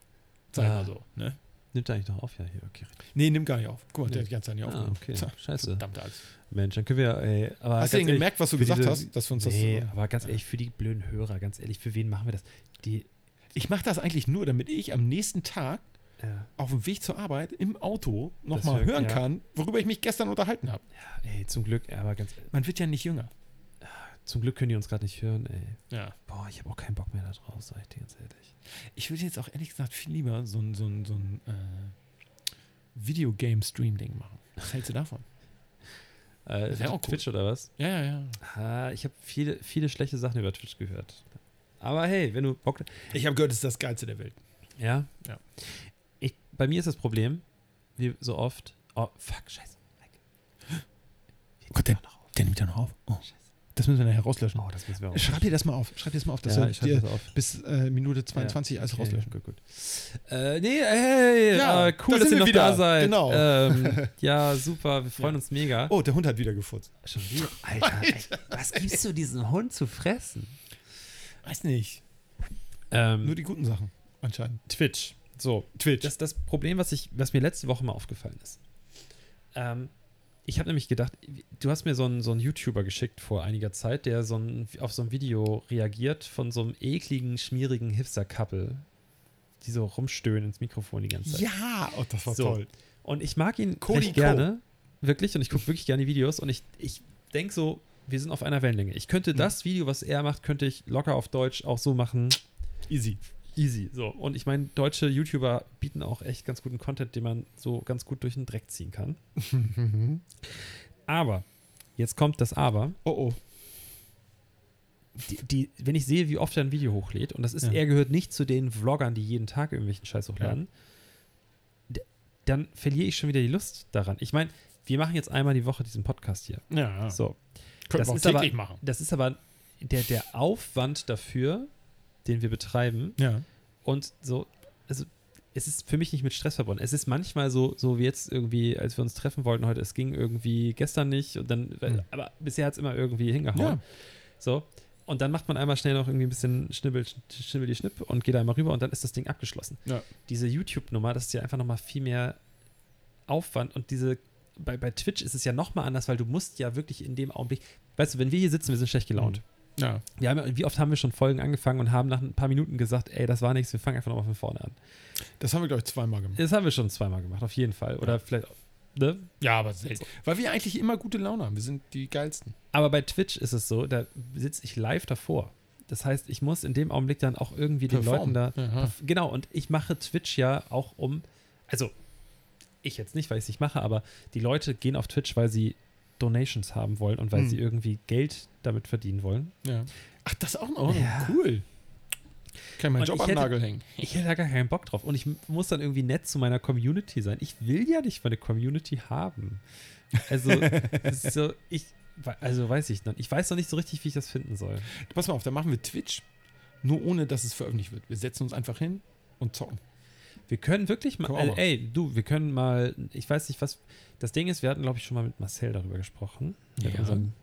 Speaker 3: Sag ich
Speaker 2: Ah.
Speaker 3: mal so. Ne?
Speaker 2: Nimmt er eigentlich noch auf? Ja, hier, okay.
Speaker 3: Nee, nimm gar nicht auf. Guck mal, der
Speaker 2: Nee.
Speaker 3: hat die ganze Zeit nicht
Speaker 2: Ah,
Speaker 3: aufgenommen.
Speaker 2: okay.
Speaker 3: Tja,
Speaker 2: Scheiße.
Speaker 3: Verdammte Axt.
Speaker 2: Mensch, dann können wir, ey, aber ganz
Speaker 3: Hast du denn
Speaker 2: ehrlich,
Speaker 3: gemerkt, was du
Speaker 2: für
Speaker 3: gesagt
Speaker 2: diese-
Speaker 3: hast, dass wir uns
Speaker 2: Nee,
Speaker 3: das.
Speaker 2: aber ganz ehrlich, für die blöden Hörer, ganz ehrlich, für wen machen wir das? Die,
Speaker 3: Ich mache das eigentlich nur, damit ich am nächsten Tag
Speaker 2: ja.
Speaker 3: auf dem Weg zur Arbeit im Auto
Speaker 2: Das
Speaker 3: nochmal
Speaker 2: hört-
Speaker 3: hören
Speaker 2: ja.
Speaker 3: kann, worüber ich mich gestern unterhalten habe.
Speaker 2: Ey, zum Glück, aber ganz
Speaker 3: Man wird ja nicht jünger.
Speaker 2: zum Glück können die uns gerade nicht hören, ey.
Speaker 3: Ja.
Speaker 2: Boah, ich habe auch keinen Bock mehr da drauf, sag ich dir ganz ehrlich.
Speaker 3: Ich würde jetzt auch ehrlich gesagt viel lieber so ein, so ein, so ein äh, Videogame-Stream-Ding machen. Was hältst du davon?
Speaker 2: Äh,
Speaker 3: Wär auch cool.
Speaker 2: Twitch oder was?
Speaker 3: Ja, ja, ja.
Speaker 2: Ah, ich habe viele, viele schlechte Sachen über Twitch gehört. Aber hey, wenn du Bock.
Speaker 3: Ich habe gehört, es ist das Geilste der Welt.
Speaker 2: Ja?
Speaker 3: Ja.
Speaker 2: Ich, bei mir ist das Problem, wie so oft. Oh, fuck, scheiße.
Speaker 3: Oh Gott, der, der nimmt ja noch auf. Oh. Das müssen wir nachher rauslöschen.
Speaker 2: Oh, das müssen wir auch.
Speaker 3: Schreib dir das mal auf. Schreib dir das mal auf, dass
Speaker 2: ja,
Speaker 3: wir
Speaker 2: ich schreibe
Speaker 3: dir
Speaker 2: das auf.
Speaker 3: bis äh, Minute 22 alles
Speaker 2: Okay,
Speaker 3: rauslöschen.
Speaker 2: Gut, gut. Äh, nee, hey,
Speaker 3: Ja,
Speaker 2: äh, cool,
Speaker 3: da
Speaker 2: dass ihr
Speaker 3: sind wir
Speaker 2: noch
Speaker 3: wieder.
Speaker 2: da seid.
Speaker 3: Genau.
Speaker 2: Ähm, ja, super, wir freuen uns mega.
Speaker 3: Oh, der Hund hat wieder gefurzt.
Speaker 2: Schon wieder? Alter, ey, was gibst du diesem Hund zu fressen?
Speaker 3: Weiß nicht.
Speaker 2: Ähm,
Speaker 3: Nur die guten Sachen anscheinend.
Speaker 2: Twitch. So,
Speaker 3: Twitch.
Speaker 2: das, das Problem, was, ich, was mir letzte Woche mal aufgefallen ist. Ähm, ich habe nämlich gedacht, du hast mir so einen, so einen YouTuber geschickt vor einiger Zeit, der so ein, auf so ein Video reagiert von so einem ekligen, schmierigen Hipster-Couple, die so rumstöhnen ins Mikrofon die ganze Zeit.
Speaker 3: ja, oh, das war
Speaker 2: So.
Speaker 3: toll.
Speaker 2: Und ich mag ihn
Speaker 3: Cody
Speaker 2: recht gerne. Wirklich. Und ich gucke wirklich gerne die Videos. Und ich, ich denke so, wir sind auf einer Wellenlänge. Ich könnte das Video, was er macht, könnte ich locker auf Deutsch auch so machen.
Speaker 3: Easy.
Speaker 2: Easy. So. Und ich meine, deutsche YouTuber bieten auch echt ganz guten Content, den man so ganz gut durch den Dreck ziehen kann.
Speaker 3: Mhm.
Speaker 2: aber, jetzt kommt das Aber.
Speaker 3: Oh, oh.
Speaker 2: Die, die, wenn ich sehe, wie oft er ein Video hochlädt, und das ist,
Speaker 3: Ja.
Speaker 2: er gehört nicht zu den Vloggern, die jeden Tag irgendwelchen Scheiß hochladen, d- dann verliere ich schon wieder die Lust daran. Ich meine, wir machen jetzt einmal die Woche diesen Podcast hier.
Speaker 3: Ja.
Speaker 2: So.
Speaker 3: Können
Speaker 2: Das
Speaker 3: wir auch
Speaker 2: ist aber-
Speaker 3: täglich machen.
Speaker 2: Das ist aber der, der Aufwand dafür, den wir betreiben,
Speaker 3: Ja.
Speaker 2: und so, also es ist für mich nicht mit Stress verbunden. Es ist manchmal so, so wie jetzt irgendwie, als wir uns treffen wollten heute, es ging irgendwie gestern nicht und dann, weil-
Speaker 3: Hm.
Speaker 2: aber bisher hat es immer irgendwie hingehauen.
Speaker 3: Ja.
Speaker 2: So. Und dann macht man einmal schnell noch irgendwie ein bisschen Schnibbel, Schnibbel die Schnipp und geht einmal rüber und dann ist das Ding abgeschlossen.
Speaker 3: Ja.
Speaker 2: Diese YouTube-Nummer, das ist ja einfach nochmal viel mehr Aufwand und diese, bei, bei Twitch ist es ja nochmal anders, weil du musst ja wirklich in dem Augenblick, weißt du, wenn wir hier sitzen, wir sind schlecht gelaunt.
Speaker 3: Ja.
Speaker 2: Wir haben, ja- wie oft haben wir schon Folgen angefangen und haben nach ein paar Minuten gesagt, ey, das war nichts, wir fangen einfach nochmal von vorne an.
Speaker 3: Das haben wir, glaube ich, zweimal gemacht.
Speaker 2: Das haben wir schon zweimal gemacht, auf jeden Fall. Oder
Speaker 3: Ja.
Speaker 2: vielleicht ne?
Speaker 3: Ja, aber selten. Weil wir eigentlich immer gute Laune haben. Wir sind die geilsten.
Speaker 2: Aber bei Twitch ist es so, da sitze ich live davor. Das heißt, ich muss in dem Augenblick dann auch irgendwie den
Speaker 3: Performen.
Speaker 2: Leuten da.
Speaker 3: Aha.
Speaker 2: perf- Genau, und ich mache Twitch ja auch um. Also, ich jetzt nicht, weil ich es nicht mache, aber die Leute gehen auf Twitch, weil sie Donations haben wollen und weil
Speaker 3: Hm.
Speaker 2: sie irgendwie Geld damit verdienen wollen. Oh,
Speaker 3: Ja. Ach, das auch noch.
Speaker 2: Ja.
Speaker 3: Cool. Kann ich meinen
Speaker 2: Und
Speaker 3: Job
Speaker 2: ich
Speaker 3: an den
Speaker 2: hätte-
Speaker 3: Nagel hängen.
Speaker 2: Ich hätte da gar keinen Bock drauf. Und ich m- muss dann irgendwie nett zu meiner Community sein. Ich will ja nicht meine Community haben. Also, es ist so, ich, we- also weiß ich noch. Ich weiß noch nicht so richtig, wie ich das finden soll.
Speaker 3: Pass mal auf, dann machen wir Twitch, nur ohne, dass es veröffentlicht wird. Wir setzen uns einfach hin und zocken.
Speaker 2: Wir können wirklich mal,
Speaker 3: Können wir auch
Speaker 2: äh, ey, du, wir können mal, ich weiß nicht, was, das Ding ist, wir hatten, glaube ich, schon mal mit Marcel darüber gesprochen. Mit
Speaker 3: Ja.
Speaker 2: unserem,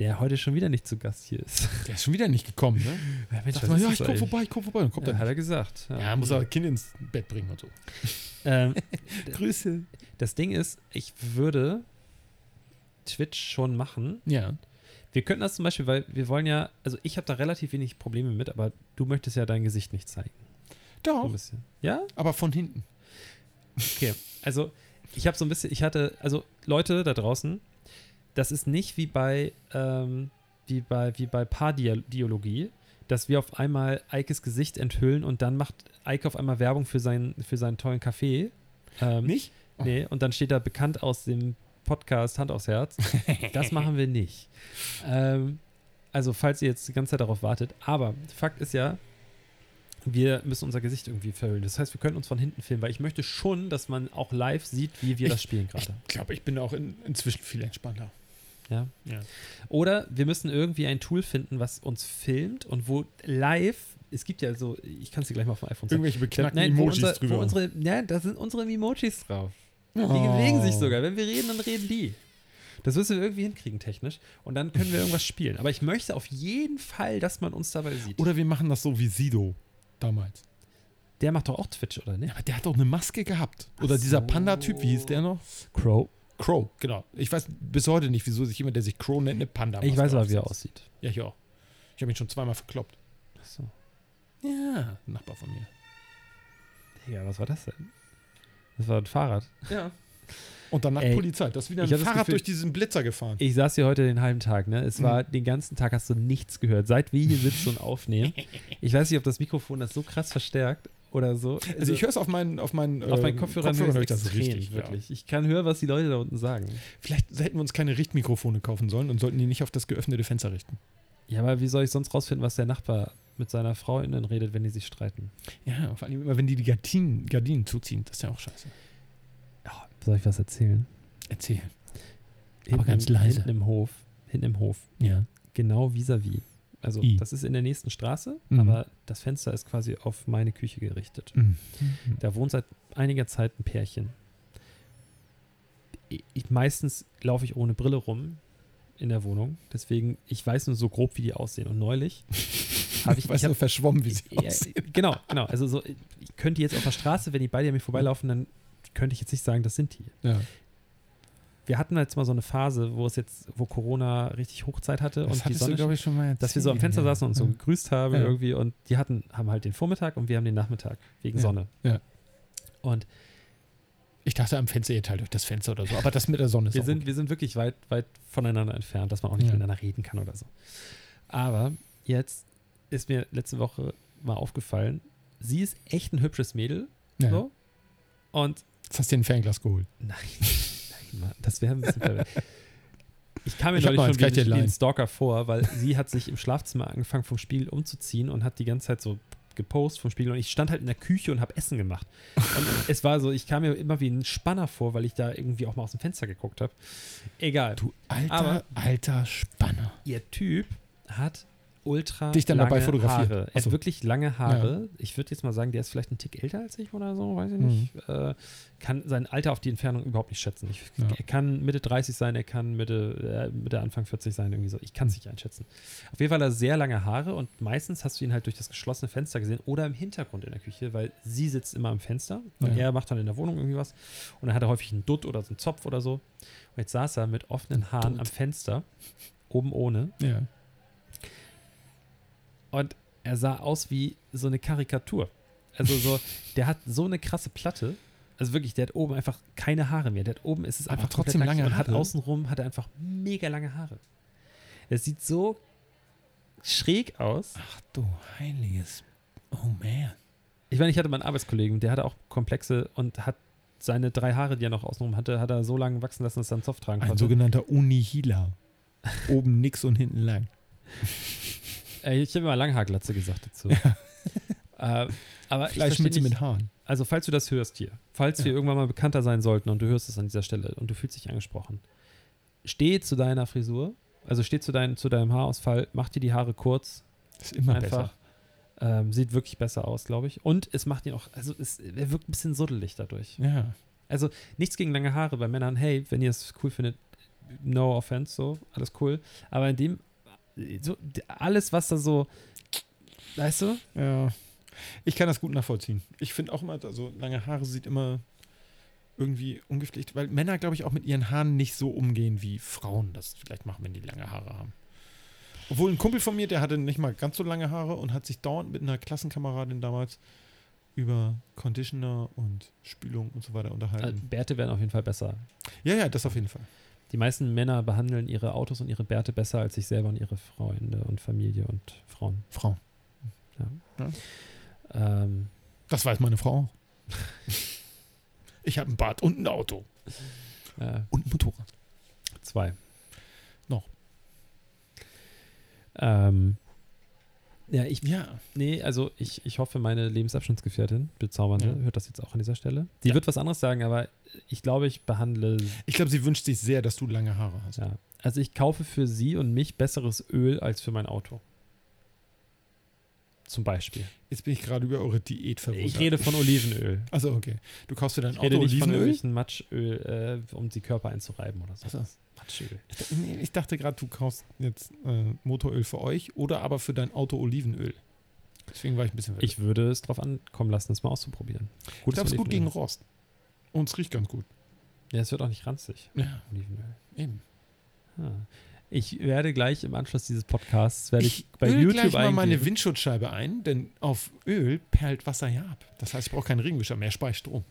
Speaker 2: der heute schon wieder nicht zu Gast hier ist.
Speaker 3: Der ist schon wieder nicht gekommen, ne?
Speaker 2: Ja, Mensch, was
Speaker 3: Sagt man,
Speaker 2: ist
Speaker 3: ja,
Speaker 2: das
Speaker 3: ich komm
Speaker 2: eigentlich?
Speaker 3: vorbei, ich komm vorbei. Dann kommt
Speaker 2: Ja,
Speaker 3: er
Speaker 2: hat
Speaker 3: nicht.
Speaker 2: er gesagt.
Speaker 3: Ja, muss er Kind ins Bett bringen und so.
Speaker 2: Ähm,
Speaker 3: Grüße.
Speaker 2: das Ding ist, ich würde Twitch schon machen,
Speaker 3: Ja.
Speaker 2: Wir könnten das zum Beispiel, weil wir wollen ja, also ich habe da relativ wenig Probleme mit, aber du möchtest ja dein Gesicht nicht zeigen. So ein
Speaker 3: Doch,
Speaker 2: bisschen. Ja?
Speaker 3: aber von hinten.
Speaker 2: Okay. Also ich habe so ein bisschen, ich hatte, also Leute da draußen, das ist nicht wie bei, ähm, wie bei, wie bei Paardiologie, dass wir auf einmal Eikes Gesicht enthüllen und dann macht Eike auf einmal Werbung für seinen, für seinen tollen Kaffee. Ähm,
Speaker 3: Nicht?
Speaker 2: Nee, und dann steht da bekannt aus dem Podcast Hand aufs Herz. Das machen wir nicht. Ähm, also, falls ihr jetzt die ganze Zeit darauf wartet. Aber Fakt ist ja, wir müssen unser Gesicht irgendwie verhüllen. Das heißt, wir können uns von hinten filmen, weil ich möchte schon, dass man auch live sieht, wie wir
Speaker 3: Ich-
Speaker 2: das spielen gerade.
Speaker 3: Ich glaube, ich bin auch in, inzwischen viel entspannter.
Speaker 2: Ja.
Speaker 3: Ja.
Speaker 2: Oder wir müssen irgendwie ein Tool finden, was uns filmt und wo live, es gibt ja so, ich kann es dir gleich mal auf dem iPhone zeigen.
Speaker 3: Irgendwelche
Speaker 2: Da-
Speaker 3: beknackten
Speaker 2: Nein, wo,
Speaker 3: Emojis
Speaker 2: unser,
Speaker 3: drüber.
Speaker 2: wo unsere, ja, da sind unsere Emojis drauf.
Speaker 3: die
Speaker 2: Die bewegen sich sogar. Wenn wir reden, dann reden die. Das müssen wir irgendwie hinkriegen, technisch. Und dann können wir irgendwas spielen. Aber ich möchte auf jeden Fall, dass man uns dabei sieht.
Speaker 3: Oder wir machen das so wie Sido damals.
Speaker 2: der macht doch auch Twitch, oder ne?
Speaker 3: Aber der hat doch eine Maske gehabt. Oder dieser
Speaker 2: so.
Speaker 3: Panda-Typ, wie hieß der noch?
Speaker 2: Crow.
Speaker 3: Crow, genau. Ich weiß bis heute nicht, wieso sich jemand, der sich Crow nennt, eine Panda
Speaker 2: Ich weiß aber, wie er
Speaker 3: aufsetzt.
Speaker 2: aussieht.
Speaker 3: Ja, ich auch. Ich habe ihn schon zweimal verkloppt.
Speaker 2: Achso.
Speaker 3: Ja, ein Nachbar von mir.
Speaker 2: Digga, was war das denn? Das war ein Fahrrad.
Speaker 3: Ja. Und danach
Speaker 2: Ey,
Speaker 3: Polizei. Das ist wieder
Speaker 2: ich
Speaker 3: ein
Speaker 2: hab das
Speaker 3: Fahrrad
Speaker 2: Gefühl-
Speaker 3: durch diesen Blitzer gefahren.
Speaker 2: Ich saß hier heute den halben Tag, ne? Es war, den ganzen Tag hast du nichts gehört. Seit wir hier sitzen und aufnehmen. Ich weiß nicht, ob das Mikrofon das so krass verstärkt oder so.
Speaker 3: also ich höre es auf meinen auf meinen
Speaker 2: auf
Speaker 3: äh,
Speaker 2: meinen Kopfhörern höre
Speaker 3: höre ich
Speaker 2: ich
Speaker 3: das
Speaker 2: extrem,
Speaker 3: richtig.
Speaker 2: wirklich. Ich kann hören, was die Leute da unten sagen.
Speaker 3: Ja. Vielleicht hätten wir uns keine Richtmikrofone kaufen sollen und sollten die nicht auf das geöffnete Fenster richten.
Speaker 2: Ja, aber wie soll ich sonst rausfinden, was der Nachbar mit seiner Frau innen redet, wenn die sich streiten?
Speaker 3: Ja, vor allem immer, wenn die die Gardinen, Gardinen zuziehen, das ist ja auch scheiße.
Speaker 2: Soll ich was erzählen?
Speaker 3: Erzähl. Aber ganz
Speaker 2: im,
Speaker 3: leise.
Speaker 2: Hinten im Hof. Hinten im Hof.
Speaker 3: Ja.
Speaker 2: Genau vis-à-vis. Also,
Speaker 3: I.
Speaker 2: das ist in der nächsten Straße,
Speaker 3: Mhm.
Speaker 2: aber das Fenster ist quasi auf meine Küche gerichtet.
Speaker 3: Mhm.
Speaker 2: Da wohnt seit einiger Zeit ein Pärchen. Ich, ich, meistens laufe ich ohne Brille rum in der Wohnung. Deswegen, ich weiß nur so grob, wie die aussehen. Und neulich habe ich,
Speaker 3: Ich weiß
Speaker 2: ich hab-
Speaker 3: nur verschwommen, wie sie
Speaker 2: Ja,
Speaker 3: aussehen.
Speaker 2: Genau, genau. Also so, ich könnte jetzt auf der Straße, wenn die beide an mir vorbeilaufen, dann könnte ich jetzt nicht sagen, das sind die.
Speaker 3: Ja.
Speaker 2: Wir hatten jetzt mal so eine Phase, wo es jetzt, wo Corona richtig Hochzeit hatte
Speaker 3: Das
Speaker 2: und die
Speaker 3: hattest
Speaker 2: Sonne,
Speaker 3: du, glaube ich, schon mal erzählt.
Speaker 2: dass wir so am Fenster saßen und so gegrüßt haben
Speaker 3: Ja.
Speaker 2: irgendwie und die hatten, haben halt den Vormittag und wir haben den Nachmittag wegen
Speaker 3: Ja.
Speaker 2: Sonne.
Speaker 3: Ja.
Speaker 2: Und
Speaker 3: Ich dachte am Fenster, ihr teilt euch das Fenster oder so. Aber das mit der Sonne ist
Speaker 2: wir
Speaker 3: auch
Speaker 2: sind,
Speaker 3: okay.
Speaker 2: wir sind wirklich weit, weit voneinander entfernt, dass man auch nicht
Speaker 3: Ja.
Speaker 2: miteinander reden kann oder so. Aber jetzt ist mir letzte Woche mal aufgefallen, sie ist echt ein hübsches Mädel.
Speaker 3: ja.
Speaker 2: So. Und
Speaker 3: Jetzt hast du dir ein Fernglas geholt.
Speaker 2: Nein, nein, Mann, das wäre ein bisschen verwirrt. Ich kam mir
Speaker 3: Ich hab
Speaker 2: neulich
Speaker 3: noch eins,
Speaker 2: schon wie
Speaker 3: kann ich dir
Speaker 2: ein, wie
Speaker 3: leihen.
Speaker 2: ein Stalker vor, weil sie hat sich im Schlafzimmer angefangen, vom Spiegel umzuziehen und hat die ganze Zeit so gepostet vom Spiegel und ich stand halt in der Küche und habe Essen gemacht. Und es war so, ich kam mir immer wie ein Spanner vor, weil ich da irgendwie auch mal aus dem Fenster geguckt habe. Egal,
Speaker 3: Du alter,
Speaker 2: Aber-
Speaker 3: alter Spanner.
Speaker 2: ihr Typ hat ultra
Speaker 3: Dich dann
Speaker 2: lange
Speaker 3: dabei fotografiert.
Speaker 2: Haare. Er
Speaker 3: Ach so.
Speaker 2: hat wirklich lange Haare. Ich würde jetzt mal sagen, der ist vielleicht ein Tick älter als ich oder so, weiß ich nicht.
Speaker 3: Mhm.
Speaker 2: Äh, kann sein Alter auf die Entfernung überhaupt nicht schätzen. Ich,
Speaker 3: Ja.
Speaker 2: Er kann Mitte 30 sein, er kann Mitte, äh, Mitte Anfang 40 sein, irgendwie so. Ich kann es nicht einschätzen. Auf jeden Fall hat er sehr lange Haare und meistens hast du ihn halt durch das geschlossene Fenster gesehen oder im Hintergrund in der Küche, weil sie sitzt immer am Fenster und
Speaker 3: Ja.
Speaker 2: er macht dann in der Wohnung irgendwie was. Und dann hat er häufig einen Dutt oder so einen Zopf oder so. Und jetzt saß er mit offenen Haaren
Speaker 3: Dutt.
Speaker 2: am Fenster, oben ohne.
Speaker 3: Ja.
Speaker 2: Und er sah aus wie so eine Karikatur. Also so, der hat so eine krasse Platte. Also wirklich, der hat oben einfach keine Haare mehr. Der hat oben ist es
Speaker 3: Aber
Speaker 2: einfach
Speaker 3: trotzdem
Speaker 2: komplett nackig
Speaker 3: lange
Speaker 2: und hat
Speaker 3: Haare.
Speaker 2: außenrum hat er einfach mega lange Haare. Es sieht so schräg aus.
Speaker 3: Ach du heiliges. Oh man.
Speaker 2: Ich meine, ich hatte mal einen Arbeitskollegen, der hatte auch Komplexe und hat seine drei Haare, die er noch außenrum hatte, hat er so lange wachsen lassen, dass er einen Zopf tragen
Speaker 3: Ein
Speaker 2: konnte.
Speaker 3: sogenannter Unihila. Oben nix und hinten lang.
Speaker 2: Äh, ich habe immer Langhaarglatze gesagt dazu. äh, aber ich
Speaker 3: Vielleicht mit,
Speaker 2: verstehe nicht,
Speaker 3: mit Haaren.
Speaker 2: also falls du das hörst hier, falls wir irgendwann mal bekannter sein sollten und du hörst es an dieser Stelle und du fühlst dich angesprochen, steh zu deiner Frisur, also steh zu, dein, zu deinem Haarausfall, mach dir die Haare kurz,
Speaker 3: Ist immer
Speaker 2: einfach.
Speaker 3: besser.
Speaker 2: Ähm, sieht wirklich besser aus, glaube ich. Und es macht ihn auch, also es, er wirkt ein bisschen suddelig dadurch.
Speaker 3: Ja.
Speaker 2: Nichts gegen lange Haare bei Männern. Hey, wenn ihr es cool findet, no offense, so, alles cool. Aber in dem, so, alles, was da so, weißt du?
Speaker 3: Ja. Ich kann das gut nachvollziehen. Ich finde auch immer, also lange Haare sieht immer irgendwie ungepflegt, weil Männer, glaube ich, auch mit ihren Haaren nicht so umgehen, wie Frauen das vielleicht machen, wenn die lange Haare haben. Obwohl ein Kumpel von mir, der hatte nicht mal ganz so lange Haare und hat sich dauernd mit einer Klassenkameradin damals über Conditioner und Spülung und so weiter
Speaker 2: Äh,
Speaker 3: unterhalten.
Speaker 2: Bärte werden auf jeden Fall besser.
Speaker 3: ja, ja, das auf jeden Fall.
Speaker 2: Die meisten Männer behandeln ihre Autos und ihre Bärte besser als sich selber und ihre Freunde und Familie und Frauen.
Speaker 3: Frau.
Speaker 2: Ähm,
Speaker 3: Das weiß meine Frau. ich habe ein Bad und ein Auto
Speaker 2: äh,
Speaker 3: und ein Motorrad.
Speaker 2: zwei.
Speaker 3: Noch.
Speaker 2: Ähm, ja, ich,
Speaker 3: Ja.
Speaker 2: Nee, also ich, ich hoffe, meine Lebensabschnittsgefährtin, bezaubernde,
Speaker 3: Ja.
Speaker 2: hört das jetzt auch an dieser Stelle. Die wird was anderes sagen, aber ich glaube, ich behandle.
Speaker 3: Ich glaube, sie wünscht sich sehr, dass du lange Haare hast.
Speaker 2: Ja. Also ich kaufe für sie und mich besseres Öl als für mein Auto. Zum Beispiel.
Speaker 3: Jetzt bin ich gerade über eure Diät verwundert.
Speaker 2: Ich rede von Olivenöl.
Speaker 3: Also, okay. Du kaufst für dein
Speaker 2: Ich
Speaker 3: Auto
Speaker 2: rede nicht von
Speaker 3: Olivenöl?
Speaker 2: irgendwelchen Matschöl, äh, um die Körper einzureiben oder so.
Speaker 3: Ach so.
Speaker 2: Matschöl.
Speaker 3: Nee, ich dachte gerade, du kaufst jetzt äh, Motoröl für euch oder aber für dein Auto Olivenöl. Deswegen war ich ein bisschen
Speaker 2: Ich würde es drauf ankommen lassen, das mal auszuprobieren.
Speaker 3: ich glaube, es ist gut gegen
Speaker 2: Olivenöl.
Speaker 3: Rost. Und es riecht ganz gut.
Speaker 2: Ja, es wird auch nicht ranzig,
Speaker 3: Ja,
Speaker 2: Olivenöl.
Speaker 3: eben.
Speaker 2: Ah. Ich werde gleich im Anschluss dieses Podcasts werde ich,
Speaker 3: Ich
Speaker 2: bei
Speaker 3: öl
Speaker 2: YouTube
Speaker 3: gleich mal
Speaker 2: eingeben.
Speaker 3: meine Windschutzscheibe ein, denn auf Öl perlt Wasser ja ab. Das heißt, ich brauche keinen Regenwischer mehr, ich spare Strom.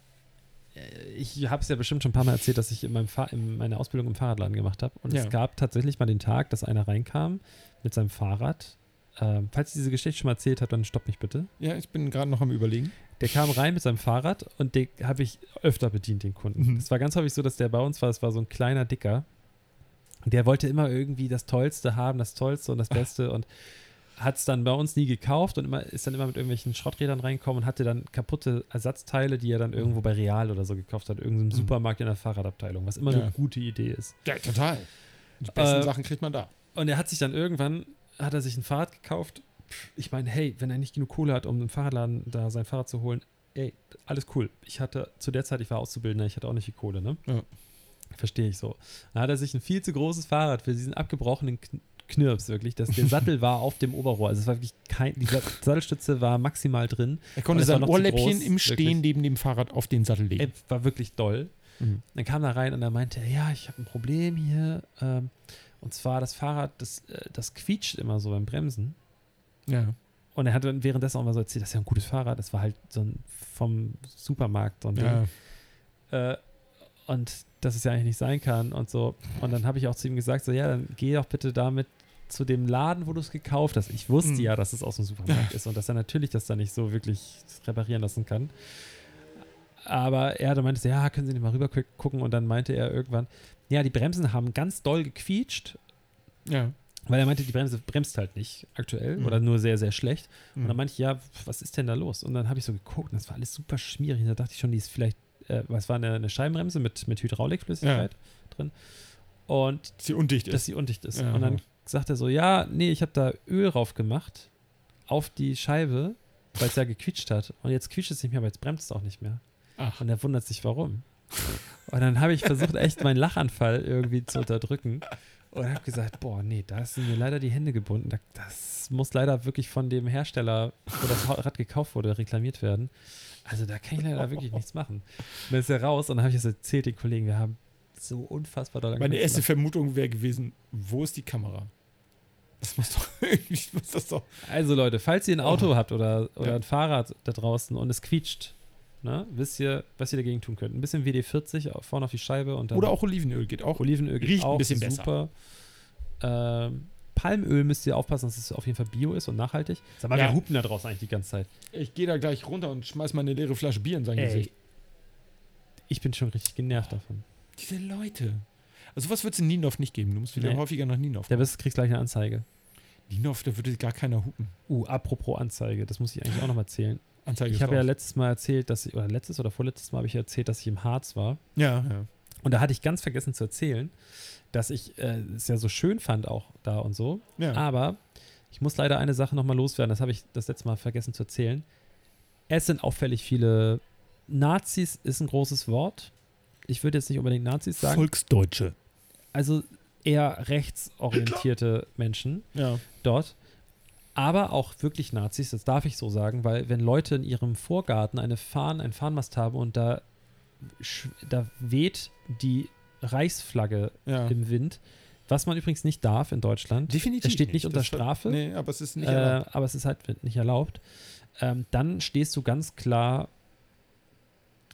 Speaker 2: ich habe es ja bestimmt schon ein paar Mal erzählt, dass ich in meinem Fahr in meiner Ausbildung im Fahrradladen gemacht habe. Und
Speaker 3: Ja.
Speaker 2: es gab tatsächlich mal den Tag, dass einer reinkam mit seinem Fahrrad. Ähm, falls ich diese Geschichte schon mal erzählt habe, dann stopp mich bitte.
Speaker 3: Ja, ich bin gerade noch am überlegen.
Speaker 2: Der kam rein mit seinem Fahrrad und den habe ich öfter bedient, den Kunden.
Speaker 3: Mhm.
Speaker 2: Es war ganz häufig so, dass der bei uns war, es war so ein kleiner Dicker. Und der wollte immer irgendwie das Tollste haben, das Tollste und das Beste und hat es dann bei uns nie gekauft und immer, ist dann immer mit irgendwelchen Schrotträdern reingekommen und hatte dann kaputte Ersatzteile, die er dann
Speaker 3: Mhm.
Speaker 2: irgendwo bei Real oder so gekauft hat, irgendeinem Supermarkt in der Fahrradabteilung, was immer
Speaker 3: Ja.
Speaker 2: eine gute Idee ist.
Speaker 3: Ja, total. Die besten
Speaker 2: Äh,
Speaker 3: Sachen kriegt man da.
Speaker 2: Und er hat sich dann irgendwann, hat er sich ein Fahrrad gekauft. Ich meine, hey, wenn er nicht genug Kohle hat, um im Fahrradladen da sein Fahrrad zu holen, ey, alles cool. Ich hatte zu der Zeit, ich war Auszubildender, ich hatte auch nicht die Kohle, ne?
Speaker 3: Ja.
Speaker 2: Verstehe ich so. Dann hat er sich ein viel zu großes Fahrrad für diesen abgebrochenen Kn Knirps wirklich, dass der Sattel war auf dem Oberrohr. Also es war wirklich kein, die Sa- Sattelstütze war maximal drin.
Speaker 3: Er konnte
Speaker 2: das war
Speaker 3: sein
Speaker 2: noch zu
Speaker 3: Ohrläppchen
Speaker 2: groß,
Speaker 3: im Stehen
Speaker 2: wirklich. Äh,
Speaker 3: neben dem Fahrrad auf den Sattel legen.
Speaker 2: Ey, war wirklich doll.
Speaker 3: Mhm.
Speaker 2: Dann kam er rein und er meinte, ja, ich habe ein Problem hier. Ähm, und zwar das Fahrrad, das, äh, das quietscht immer so beim Bremsen.
Speaker 3: Ja.
Speaker 2: Und er hat dann währenddessen auch mal so erzählt, das ist ja ein gutes Fahrrad. Das war halt so ein vom Supermarkt so ein Ding.
Speaker 3: ja.
Speaker 2: Äh, und dass es ja eigentlich nicht sein kann und so. Und dann habe ich auch zu ihm gesagt, so ja, dann geh doch bitte damit zu dem Laden, wo du es gekauft hast. Ich wusste
Speaker 3: Mhm.
Speaker 2: ja, dass es aus dem Supermarkt ist und dass er natürlich das da nicht so wirklich reparieren lassen kann. Aber er dann meinte, so, ja, können Sie nicht mal rüber gu- gucken. Und dann meinte er irgendwann, ja, die Bremsen haben ganz doll gequietscht,
Speaker 3: Ja.
Speaker 2: weil er meinte, die Bremse bremst halt nicht aktuell
Speaker 3: Mhm.
Speaker 2: oder nur sehr, sehr schlecht. Und dann
Speaker 3: Mhm.
Speaker 2: meinte ich, ja, pf, was ist denn da los? Und dann habe ich so geguckt und das war alles super schmierig. Und da dachte ich schon, die ist vielleicht, äh, was war eine, eine Scheibenbremse mit, mit Hydraulikflüssigkeit drin. Und
Speaker 3: Dass sie undicht
Speaker 2: dass
Speaker 3: ist.
Speaker 2: sie undicht ist.
Speaker 3: Ja.
Speaker 2: Und dann sagt er so, ja, nee, ich habe da Öl drauf gemacht auf die Scheibe, weil es ja gequietscht hat. Und jetzt quietscht es nicht mehr, aber jetzt bremst es auch nicht mehr.
Speaker 3: Ach.
Speaker 2: Und er wundert sich, warum. Und dann habe ich versucht, echt meinen Lachanfall irgendwie zu unterdrücken. Und habe gesagt, boah, nee, da sind mir leider die Hände gebunden. Da- Das muss leider wirklich von dem Hersteller, wo das Ha- Rad gekauft wurde, reklamiert werden. Also da kann ich leider wirklich nichts machen. Und dann ist er raus und dann habe ich das erzählt den Kollegen. Wir haben so unfassbar doll
Speaker 3: Meine
Speaker 2: gelacht.
Speaker 3: erste Vermutung wäre gewesen, wo ist die Kamera? Das muss doch irgendwie, muss das doch.
Speaker 2: ne? Also Leute, falls ihr ein Auto habt oder, oder
Speaker 3: Oh. Ja.
Speaker 2: ein Fahrrad da draußen und es quietscht, Ne? Wisst ihr, was ihr dagegen tun könnt? Ein bisschen WD-40 auf- vorne auf die Scheibe und dann
Speaker 3: Oder auch Olivenöl geht auch.
Speaker 2: Olivenöl geht
Speaker 3: Riecht ein
Speaker 2: auch
Speaker 3: bisschen
Speaker 2: super. Ähm, Palmöl müsst ihr aufpassen, dass es auf jeden Fall bio ist und nachhaltig. Sag mal,
Speaker 3: Ja.
Speaker 2: wir hupen da draußen eigentlich die ganze Zeit.
Speaker 3: Ich gehe da gleich runter und schmeiß mal eine leere Flasche Bier in sein
Speaker 2: Ey,
Speaker 3: Gesicht.
Speaker 2: ich bin schon richtig genervt davon.
Speaker 3: Diese Leute. Also was wird es in Niendorf nicht geben? Du musst wieder
Speaker 2: Nee.
Speaker 3: häufiger nach Niendorf.
Speaker 2: Der Wist kriegt gleich eine Anzeige.
Speaker 3: Niendorf, da würde gar keiner hupen.
Speaker 2: Uh, apropos Anzeige, das muss ich eigentlich auch nochmal erzählen.
Speaker 3: Anzeige
Speaker 2: Ich
Speaker 3: ist
Speaker 2: habe ja
Speaker 3: raus.
Speaker 2: letztes Mal erzählt, dass ich, oder letztes oder vorletztes Mal habe ich erzählt, dass ich im Harz war.
Speaker 3: ja, ja.
Speaker 2: Und da hatte ich ganz vergessen zu erzählen, dass ich äh, es ja so schön fand auch da und so.
Speaker 3: ja.
Speaker 2: Aber ich muss leider eine Sache nochmal loswerden. Das habe ich das letzte Mal vergessen zu erzählen. Es sind auffällig viele Nazis, ist ein großes Wort. Ich würde jetzt nicht unbedingt Nazis sagen.
Speaker 3: Volksdeutsche.
Speaker 2: Also eher rechtsorientierte Menschen
Speaker 3: Ja.
Speaker 2: dort. Aber auch wirklich Nazis, das darf ich so sagen, weil wenn Leute in ihrem Vorgarten eine Fahne, einen Fahnenmast haben und da, sch- da weht die Reichsflagge
Speaker 3: ja.
Speaker 2: im Wind, was man übrigens nicht darf in Deutschland,
Speaker 3: Definitiv.
Speaker 2: es steht nicht unter
Speaker 3: Das-
Speaker 2: Strafe,
Speaker 3: Nee, aber es ist nicht
Speaker 2: äh,
Speaker 3: erlaubt.
Speaker 2: aber es ist halt nicht erlaubt, ähm, dann stehst du ganz klar,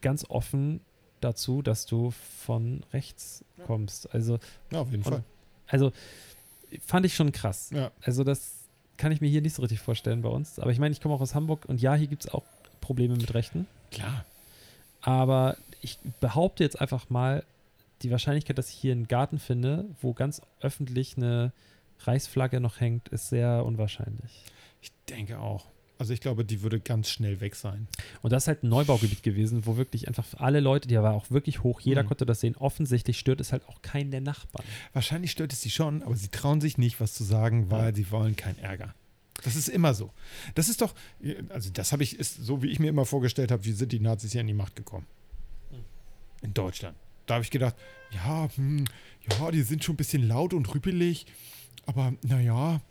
Speaker 2: ganz offen dazu, dass du von rechts kommst. Also,
Speaker 3: Ja, auf jeden
Speaker 2: und-
Speaker 3: Fall.
Speaker 2: also fand ich schon krass.
Speaker 3: Ja.
Speaker 2: Also das kann ich mir hier nicht so richtig vorstellen bei uns. Aber ich meine, ich komme auch aus Hamburg und ja, hier gibt es auch Probleme mit Rechten.
Speaker 3: Klar.
Speaker 2: Aber ich behaupte jetzt einfach mal, die Wahrscheinlichkeit, dass ich hier einen Garten finde, wo ganz öffentlich eine Reichsflagge noch hängt, ist sehr unwahrscheinlich.
Speaker 3: Ich denke auch. Also ich glaube, die würde ganz schnell weg sein.
Speaker 2: Und das ist halt ein Neubaugebiet gewesen, wo wirklich einfach alle Leute, die war auch wirklich hoch, jeder
Speaker 3: Mhm.
Speaker 2: konnte das sehen. Offensichtlich stört es halt auch keinen der Nachbarn.
Speaker 3: Wahrscheinlich stört es sie schon, aber sie trauen sich nicht, was zu sagen, weil sie wollen keinen Ärger. Das ist immer so. Das ist doch, also das habe ich, ist so wie ich mir immer vorgestellt habe, wie sind die Nazis hier an die Macht gekommen? In Deutschland. Da habe ich gedacht, ja, hm, ja, die sind schon ein bisschen laut und rüpelig, aber naja,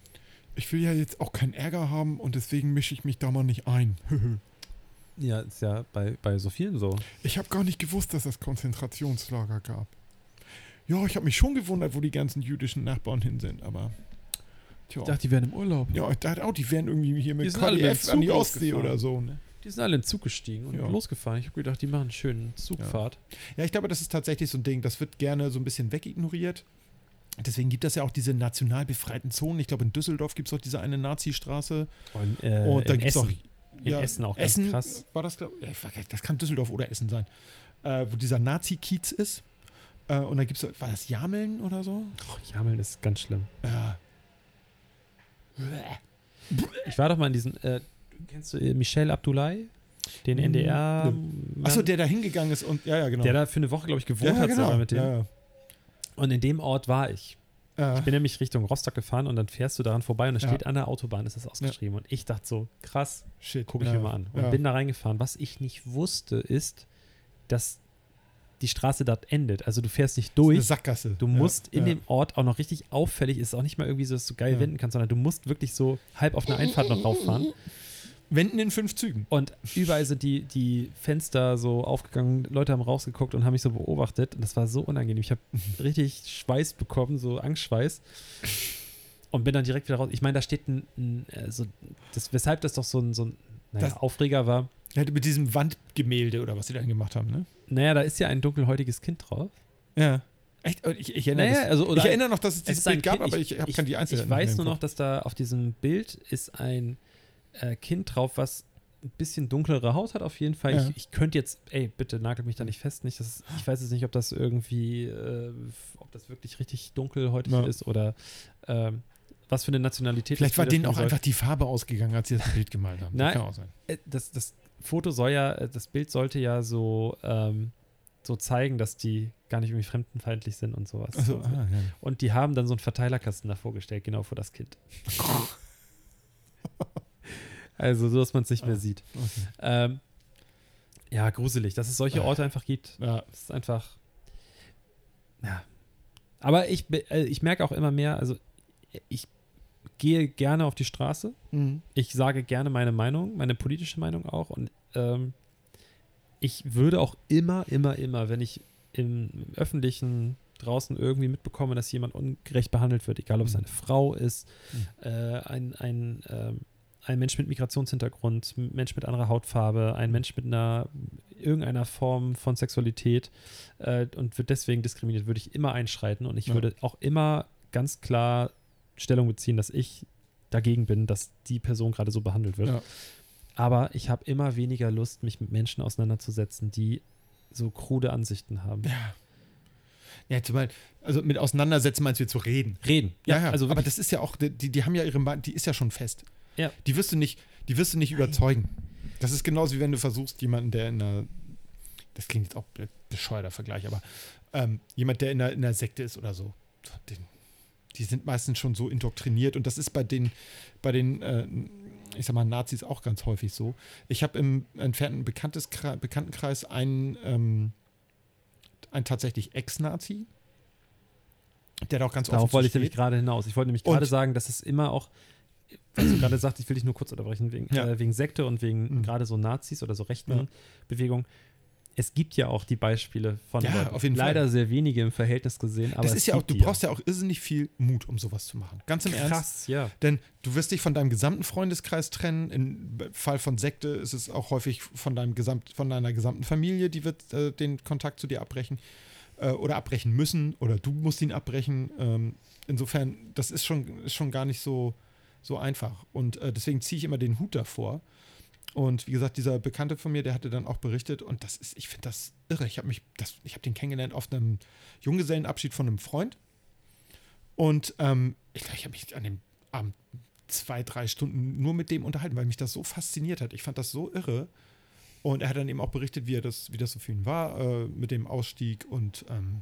Speaker 3: ich will ja jetzt auch keinen Ärger haben und deswegen mische ich mich da mal nicht ein.
Speaker 2: Ja, ist ja bei, bei so vielen so.
Speaker 3: Ich habe gar nicht gewusst, dass es Konzentrationslager gab. Ja, ich habe mich schon gewundert, wo die ganzen jüdischen Nachbarn hin sind, aber. Tja.
Speaker 2: Ich dachte, die wären im Urlaub.
Speaker 3: ja, ich dachte auch, die wären irgendwie hier
Speaker 2: Die
Speaker 3: mit
Speaker 2: sind alle mit dem
Speaker 3: KDF an die
Speaker 2: Zug
Speaker 3: Ostsee
Speaker 2: losgefahren.
Speaker 3: oder so. Ne?
Speaker 2: Die sind alle in den Zug gestiegen und
Speaker 3: Ja.
Speaker 2: losgefahren. Ich habe gedacht, die machen einen schönen Zugfahrt.
Speaker 3: Ja, ich glaube, das ist tatsächlich so ein Ding. Das wird gerne so ein bisschen wegignoriert. Deswegen gibt es ja auch diese national befreiten Zonen. Ich glaube, in Düsseldorf gibt es auch diese eine Nazi-Straße.
Speaker 2: Und, äh,
Speaker 3: Und Oh, da
Speaker 2: in
Speaker 3: gibt es auch.
Speaker 2: Essen. In Essen auch ganz
Speaker 3: Essen
Speaker 2: krass.
Speaker 3: War das, glaub, ja, ich weiß gar nicht, das kann Düsseldorf oder Essen sein. Äh, wo dieser Nazi-Kiez ist. Äh, und da gibt es, war das Jameln oder so?
Speaker 2: Oh, Jameln ist ganz schlimm.
Speaker 3: Ja.
Speaker 2: Ich war doch mal in diesem, äh, kennst du äh, Michel Abdoulaye? Den
Speaker 3: Hm,
Speaker 2: NDR.
Speaker 3: Achso, der da hingegangen ist und. Ja, ja, genau.
Speaker 2: der da für eine Woche, glaube ich, gewohnt
Speaker 3: ja, ja,
Speaker 2: hat sogar
Speaker 3: genau.
Speaker 2: mit dem.
Speaker 3: ja, Ah,
Speaker 2: Und in dem Ort war ich.
Speaker 3: ja.
Speaker 2: Ich bin nämlich Richtung Rostock gefahren und dann fährst du daran vorbei und da
Speaker 3: Ja.
Speaker 2: steht an der Autobahn, ist das ausgeschrieben. Und ich dachte so, krass,
Speaker 3: Shit.
Speaker 2: gucke ich
Speaker 3: ja.
Speaker 2: mir mal an. Und
Speaker 3: ja.
Speaker 2: bin da reingefahren. Was ich nicht wusste, ist, dass die Straße dort endet. Also du fährst nicht
Speaker 3: durch. Eine
Speaker 2: durch.
Speaker 3: Sackgasse.
Speaker 2: Du
Speaker 3: ja,
Speaker 2: musst in
Speaker 3: ja.
Speaker 2: dem Ort auch noch richtig auffällig, ist auch nicht mal irgendwie so, dass du geil
Speaker 3: Ja.
Speaker 2: wenden kannst, sondern du musst wirklich so halb auf eine Einfahrt noch rauffahren.
Speaker 3: Wenden in fünf Zügen.
Speaker 2: Und überall sind die, die Fenster so aufgegangen, Leute haben rausgeguckt und haben mich so beobachtet. Und das war so unangenehm. Ich habe richtig Schweiß bekommen, so Angstschweiß. Und bin dann direkt wieder raus. Ich meine, da steht ein, ein äh, so, das, weshalb das doch so ein, so ein naja,
Speaker 3: Das-
Speaker 2: Aufreger war.
Speaker 3: Ja, mit diesem Wandgemälde oder was sie dann gemacht haben, ne?
Speaker 2: Naja, da ist ja ein dunkelhäutiges Kind drauf.
Speaker 3: Ja. Echt? Und Ich, ich erinnere
Speaker 2: Naja,
Speaker 3: das.
Speaker 2: also, oder
Speaker 3: ich erinnere noch, dass es
Speaker 2: Es
Speaker 3: dieses
Speaker 2: ist ein
Speaker 3: Bild gab,
Speaker 2: Kind.
Speaker 3: aber ich habe keine die Einzelheiten.
Speaker 2: Ich weiß nur
Speaker 3: mehr im
Speaker 2: noch, dass da auf diesem Bild ist ein äh, Kind drauf, was ein bisschen dunklere Haut hat auf jeden Fall.
Speaker 3: Ja.
Speaker 2: Ich, ich könnte jetzt, ey, bitte nagelt mich da nicht fest, nicht, das, ich weiß jetzt nicht, ob das irgendwie, äh, f- ob das wirklich richtig dunkelhäutig
Speaker 3: Ja.
Speaker 2: ist oder ähm, was für eine Nationalität.
Speaker 3: Kopf. Vielleicht
Speaker 2: das
Speaker 3: war denen auch
Speaker 2: widerspiegeln
Speaker 3: einfach die Farbe ausgegangen, als sie das Bild gemalt haben.
Speaker 2: Nein.
Speaker 3: Das kann auch sein.
Speaker 2: soll. Äh, Das, das Foto soll ja, äh, das Bild sollte ja so, ähm, so zeigen, dass die gar nicht irgendwie fremdenfeindlich sind und sowas.
Speaker 3: Also, ah, ja.
Speaker 2: Und die haben dann so einen Verteilerkasten davor gestellt, genau vor das Kind. also, so dass man es nicht mehr sieht.
Speaker 3: Okay.
Speaker 2: Ähm, ja, gruselig, dass es solche Orte einfach gibt.
Speaker 3: ja.
Speaker 2: Es ist einfach. Ja. Aber ich, be- äh, ich merke auch immer mehr, also ich gehe gerne auf die Straße. Ich sage gerne meine Meinung, meine politische Meinung auch. Und ähm, ich würde auch immer, immer, immer, wenn ich im, im Öffentlichen draußen irgendwie mitbekomme, dass jemand ungerecht behandelt wird, egal ob es
Speaker 3: Mhm.
Speaker 2: eine Frau ist,
Speaker 3: Mhm.
Speaker 2: äh, ein, ein, ähm, ein Mensch mit Migrationshintergrund, ein Mensch mit anderer Hautfarbe,
Speaker 3: Mhm.
Speaker 2: ein Mensch mit einer irgendeiner Form von Sexualität äh, und wird deswegen diskriminiert, würde ich immer einschreiten und ich
Speaker 3: Ja.
Speaker 2: würde auch immer ganz klar Stellung beziehen, dass ich dagegen bin, dass die Person gerade so behandelt wird.
Speaker 3: Ja.
Speaker 2: Aber ich habe immer weniger Lust, mich mit Menschen auseinanderzusetzen, die so krude Ansichten haben.
Speaker 3: Ja, zumal, also mit auseinandersetzen meinst du jetzt so reden.
Speaker 2: Reden. Ja, also
Speaker 3: aber
Speaker 2: wirklich.
Speaker 3: das ist ja auch, die, die haben ja ihre, Ma- die ist ja schon fest.
Speaker 2: Ja.
Speaker 3: Die wirst du nicht, die wirst du nicht überzeugen. Das ist genauso wie wenn du versuchst, jemanden, der in einer, das klingt jetzt auch be- bescheuerter Vergleich, aber ähm, jemand, der in einer, in einer Sekte ist oder so, den, die sind meistens schon so indoktriniert und das ist bei den, bei den, äh, ich sag mal, Nazis auch ganz häufig so. Ich habe im entfernten Bekanntes, Kre- Bekanntenkreis einen, ähm, einen tatsächlich Ex-Nazi, der da auch ganz offen
Speaker 2: Darauf
Speaker 3: zu
Speaker 2: wollte ich
Speaker 3: steht.
Speaker 2: nämlich gerade hinaus. Ich wollte nämlich
Speaker 3: Und-
Speaker 2: gerade sagen, dass es immer auch, was du gerade sagst, ich will dich nur kurz unterbrechen, wegen,
Speaker 3: Ja.
Speaker 2: äh, wegen Sekte und wegen
Speaker 3: Mhm.
Speaker 2: gerade so Nazis oder so rechten
Speaker 3: Ja.
Speaker 2: Bewegungen. Es gibt ja auch die Beispiele von
Speaker 3: Ja,
Speaker 2: Leuten.
Speaker 3: auf jeden Fall.
Speaker 2: leider sehr wenige im Verhältnis gesehen, aber
Speaker 3: das
Speaker 2: es
Speaker 3: ist ja auch,
Speaker 2: gibt
Speaker 3: du
Speaker 2: die
Speaker 3: brauchst ja auch irrsinnig viel Mut, um sowas zu machen. Ganz im Ernst.
Speaker 2: krass, ja.
Speaker 3: Denn du wirst dich von deinem gesamten Freundeskreis trennen. Im Fall von Sekte ist es auch häufig von, deinem gesamt, von deiner gesamten Familie, die wird äh, den Kontakt zu dir abbrechen äh, oder abbrechen müssen oder du musst ihn abbrechen. Ähm, insofern, das ist schon, ist schon gar nicht so, so einfach. Und äh, deswegen ziehe ich immer den Hut davor. Und wie gesagt, dieser Bekannte von mir, der hatte dann auch berichtet, und das ist, ich finde das irre. Ich habe mich, das, ich habe den kennengelernt auf einem Junggesellenabschied von einem Freund. Und ähm, ich glaube, ich habe mich an dem Abend zwei, drei Stunden nur mit dem unterhalten, weil mich das so fasziniert hat. Ich fand das so irre. Und er hat dann eben auch berichtet, wie, er das, wie das so für ihn war äh, mit dem Ausstieg. Und ähm,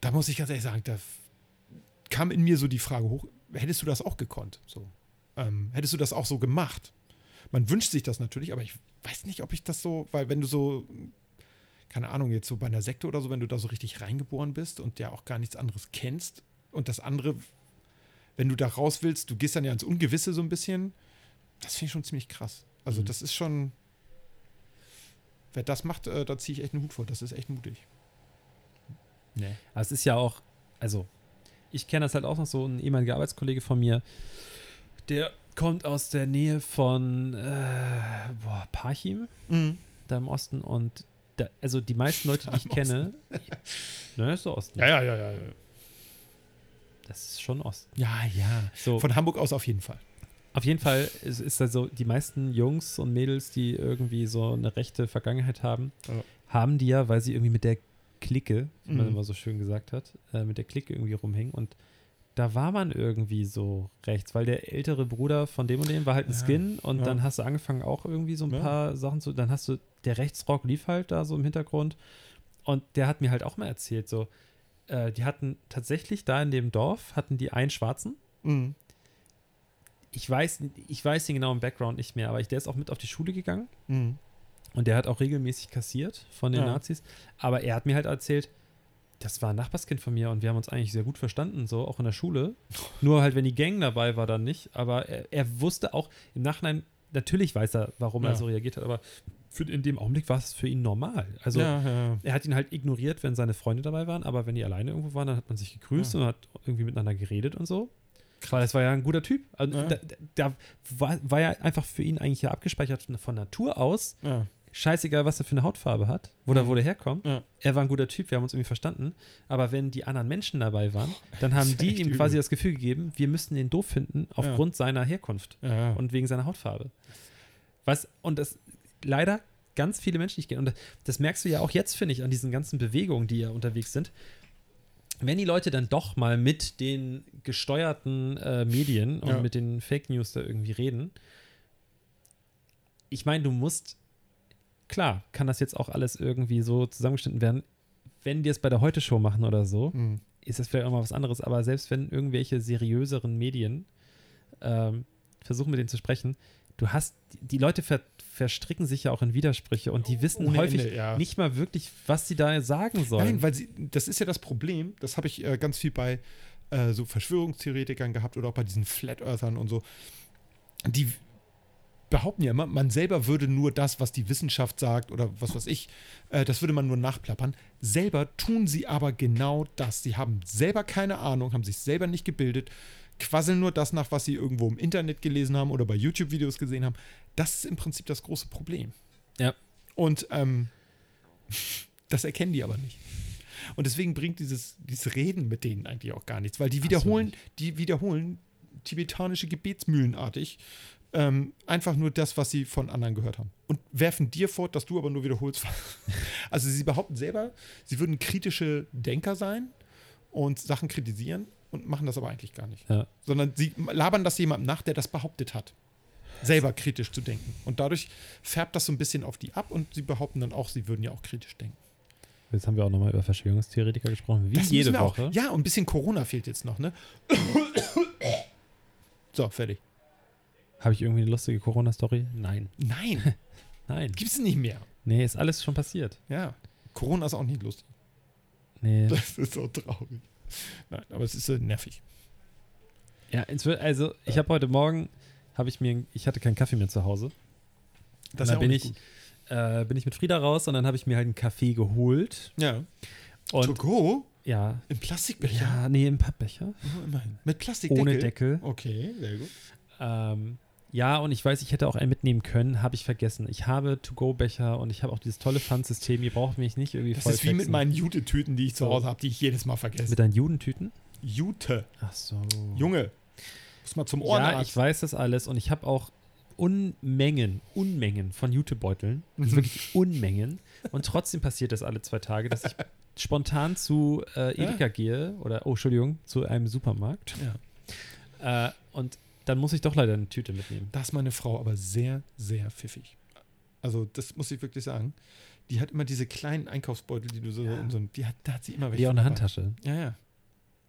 Speaker 3: da muss ich ganz ehrlich sagen, da f- kam in mir so die Frage hoch, hättest du das auch gekonnt? So. Ähm, hättest du das auch so gemacht? Man wünscht sich das natürlich, aber ich weiß nicht, ob ich das so, weil wenn du so, keine Ahnung, jetzt so bei einer Sekte oder so, wenn du da so richtig reingeboren bist und ja auch gar nichts anderes kennst und das andere, wenn du da raus willst, du gehst dann ja ins Ungewisse so ein bisschen, das finde ich schon ziemlich krass. Also
Speaker 2: Mhm.
Speaker 3: das ist schon, wer das macht, äh, da ziehe ich echt einen Hut vor, das ist echt mutig. Nee.
Speaker 2: Aber es ist ja auch, also ich kenne das halt auch noch so, ein ehemaliger Arbeitskollege von mir, der kommt aus der Nähe von äh, boah, Parchim.
Speaker 3: Mhm.
Speaker 2: da im Osten und da, also die meisten Leute, die ich kenne, ne, ist so Osten.
Speaker 3: Ja, ja, ja, ja. ja.
Speaker 2: Das ist schon Osten.
Speaker 3: Ja, ja.
Speaker 2: So,
Speaker 3: Von Hamburg aus auf jeden Fall.
Speaker 2: auf jeden Fall ist, ist da so, die meisten Jungs und Mädels, die irgendwie so eine rechte Vergangenheit haben,
Speaker 3: Ja.
Speaker 2: haben die ja, weil sie irgendwie mit der Clique, wie man
Speaker 3: Mhm.
Speaker 2: immer so schön gesagt hat, äh, mit der Clique irgendwie rumhängen und da war man irgendwie so rechts, weil der ältere Bruder von dem und dem war halt ein
Speaker 3: Ja.
Speaker 2: Skin und
Speaker 3: Ja.
Speaker 2: dann hast du angefangen auch irgendwie so ein
Speaker 3: Ja.
Speaker 2: paar Sachen zu, dann hast du, der Rechtsrock lief halt da so im Hintergrund und der hat mir halt auch mal erzählt, so, äh, die hatten tatsächlich da in dem Dorf, hatten die einen Schwarzen,
Speaker 3: Mhm.
Speaker 2: ich weiß, ich weiß den genauen Background nicht mehr, aber ich, der ist auch mit auf die Schule gegangen
Speaker 3: Mhm.
Speaker 2: und der hat auch regelmäßig kassiert von den
Speaker 3: Ja.
Speaker 2: Nazis. Aber er hat mir halt erzählt, das war ein Nachbarskind von mir und wir haben uns eigentlich sehr gut verstanden, so auch in der Schule. Nur halt, wenn die Gang dabei war, dann nicht. Aber er, er wusste auch im Nachhinein, natürlich weiß er, warum er
Speaker 3: Ja.
Speaker 2: so reagiert hat, aber für, in dem Augenblick war es für ihn normal. Also
Speaker 3: ja, ja.
Speaker 2: er hat ihn halt ignoriert, wenn seine Freunde dabei waren, aber wenn die alleine irgendwo waren, dann hat man sich gegrüßt
Speaker 3: Ja.
Speaker 2: und hat irgendwie miteinander geredet und so. Weil das war ja ein guter Typ. Also
Speaker 3: Ja.
Speaker 2: Da, da- da war, war ja einfach für ihn eigentlich ja abgespeichert von- von Natur aus.
Speaker 3: ja.
Speaker 2: Scheißegal, was er für eine Hautfarbe hat oder wo der herkommt.
Speaker 3: Mhm. Ja.
Speaker 2: Er war ein guter Typ, wir haben uns irgendwie verstanden. Aber wenn die anderen Menschen dabei waren, dann haben
Speaker 3: ist
Speaker 2: die
Speaker 3: echt
Speaker 2: ihm
Speaker 3: übel.
Speaker 2: quasi das Gefühl gegeben, wir müssten den doof finden aufgrund seiner Herkunft
Speaker 3: ja.
Speaker 2: und wegen seiner Hautfarbe. Was, und das leider ganz viele Menschen nicht gehen. Und das merkst du ja auch jetzt, finde ich, an diesen ganzen Bewegungen, die ja unterwegs sind. Wenn die Leute dann doch mal mit den gesteuerten äh, Medien und
Speaker 3: Ja.
Speaker 2: mit den Fake News da irgendwie reden, ich meine, du musst, klar, kann das jetzt auch alles irgendwie so zusammengeschnitten werden. Wenn die es bei der Heute-Show machen oder so,
Speaker 3: Mhm.
Speaker 2: ist das vielleicht auch mal was anderes, aber selbst wenn irgendwelche seriöseren Medien ähm, versuchen, mit denen zu sprechen, du hast, die Leute ver verstricken sich ja auch in Widersprüche und die wissen
Speaker 3: Oh, Ohne
Speaker 2: häufig
Speaker 3: Ende, ja.
Speaker 2: nicht mal wirklich, was sie da sagen sollen.
Speaker 3: Nein, weil sie, das ist ja das Problem, das habe ich äh, ganz viel bei äh, so Verschwörungstheoretikern gehabt oder auch bei diesen Flat Earthern und so. Die behaupten ja immer, man selber würde nur das, was die Wissenschaft sagt oder was weiß ich, äh, das würde man nur nachplappern. Selber tun sie aber genau das. Sie haben selber keine Ahnung, haben sich selber nicht gebildet, quasseln nur das nach, was sie irgendwo im Internet gelesen haben oder bei YouTube-Videos gesehen haben. Das ist im Prinzip das große Problem.
Speaker 2: Ja.
Speaker 3: Und ähm, das erkennen die aber nicht. Und deswegen bringt dieses, dieses Reden mit denen eigentlich auch gar nichts, weil die wiederholen, die wiederholen tibetanische Gebetsmühlenartig ähm, einfach nur das, was sie von anderen gehört haben. Und werfen dir vor, dass du aber nur wiederholst. Also sie behaupten selber, sie würden kritische Denker sein und Sachen kritisieren und machen das aber eigentlich gar nicht.
Speaker 2: Ja.
Speaker 3: Sondern sie labern das jemandem nach, der das behauptet hat. Selber kritisch zu denken. Und dadurch färbt das so ein bisschen auf die ab und sie behaupten dann auch, sie würden ja auch kritisch denken.
Speaker 2: Jetzt haben wir auch nochmal über Verschwörungstheoretiker gesprochen, wie
Speaker 3: Das müssen
Speaker 2: jede
Speaker 3: wir
Speaker 2: Woche.
Speaker 3: Auch. Ja, und ein bisschen Corona fehlt jetzt noch, ne? so, fertig.
Speaker 2: Habe ich irgendwie eine lustige Corona-Story? Nein.
Speaker 3: Nein,
Speaker 2: Nein.
Speaker 3: gibt's nicht mehr.
Speaker 2: Nee, ist alles schon passiert.
Speaker 3: Ja. Corona ist auch nicht lustig.
Speaker 2: Nee.
Speaker 3: Das ist so traurig. Nein, aber es ist äh, nervig.
Speaker 2: Ja, es wird- also ich habe heute Morgen, habe ich mir, ich hatte keinen Kaffee mehr zu Hause. und
Speaker 3: Das
Speaker 2: dann
Speaker 3: auch
Speaker 2: bin
Speaker 3: nicht
Speaker 2: ich,
Speaker 3: gut.
Speaker 2: äh, bin ich mit Frieda raus und dann habe ich mir halt einen Kaffee geholt.
Speaker 3: Ja.
Speaker 2: Und
Speaker 3: to go?
Speaker 2: ja,
Speaker 3: Im Plastikbecher?
Speaker 2: ja, nee, im Pappbecher.
Speaker 3: Oh, immerhin. Mit Plastikdeckel?
Speaker 2: Ohne Deckel.
Speaker 3: Okay, sehr gut.
Speaker 2: Ähm, ja, und ich weiß, ich hätte auch einen mitnehmen können, habe ich vergessen. Ich habe To-Go-Becher und ich habe auch dieses tolle Pfandsystem. Ihr braucht mich nicht irgendwie
Speaker 3: Das
Speaker 2: voll
Speaker 3: ist wie mit
Speaker 2: texten.
Speaker 3: meinen Jute-Tüten, die ich zu
Speaker 2: So.
Speaker 3: Hause habe, die ich jedes Mal vergesse.
Speaker 2: Mit deinen Judentüten?
Speaker 3: Jute.
Speaker 2: Ach so.
Speaker 3: Junge. Muss mal zum
Speaker 2: ja, ich
Speaker 3: Ohrenarzt.
Speaker 2: weiß das alles und ich habe auch Unmengen, Unmengen von Jutebeuteln. Also wirklich Unmengen. Und trotzdem passiert das alle zwei Tage, dass ich spontan zu äh,
Speaker 3: Ja.
Speaker 2: Edeka gehe oder, oh, Entschuldigung, zu einem Supermarkt.
Speaker 3: ja.
Speaker 2: Äh, und dann muss ich doch leider eine Tüte mitnehmen.
Speaker 3: Da ist meine Frau aber sehr, sehr pfiffig. Also, das muss ich wirklich sagen. Die hat immer diese kleinen Einkaufsbeutel, die du so um so die hat, da hat sie immer welche.
Speaker 2: Die auch eine
Speaker 3: dabei.
Speaker 2: Handtasche.
Speaker 3: Ja, ja.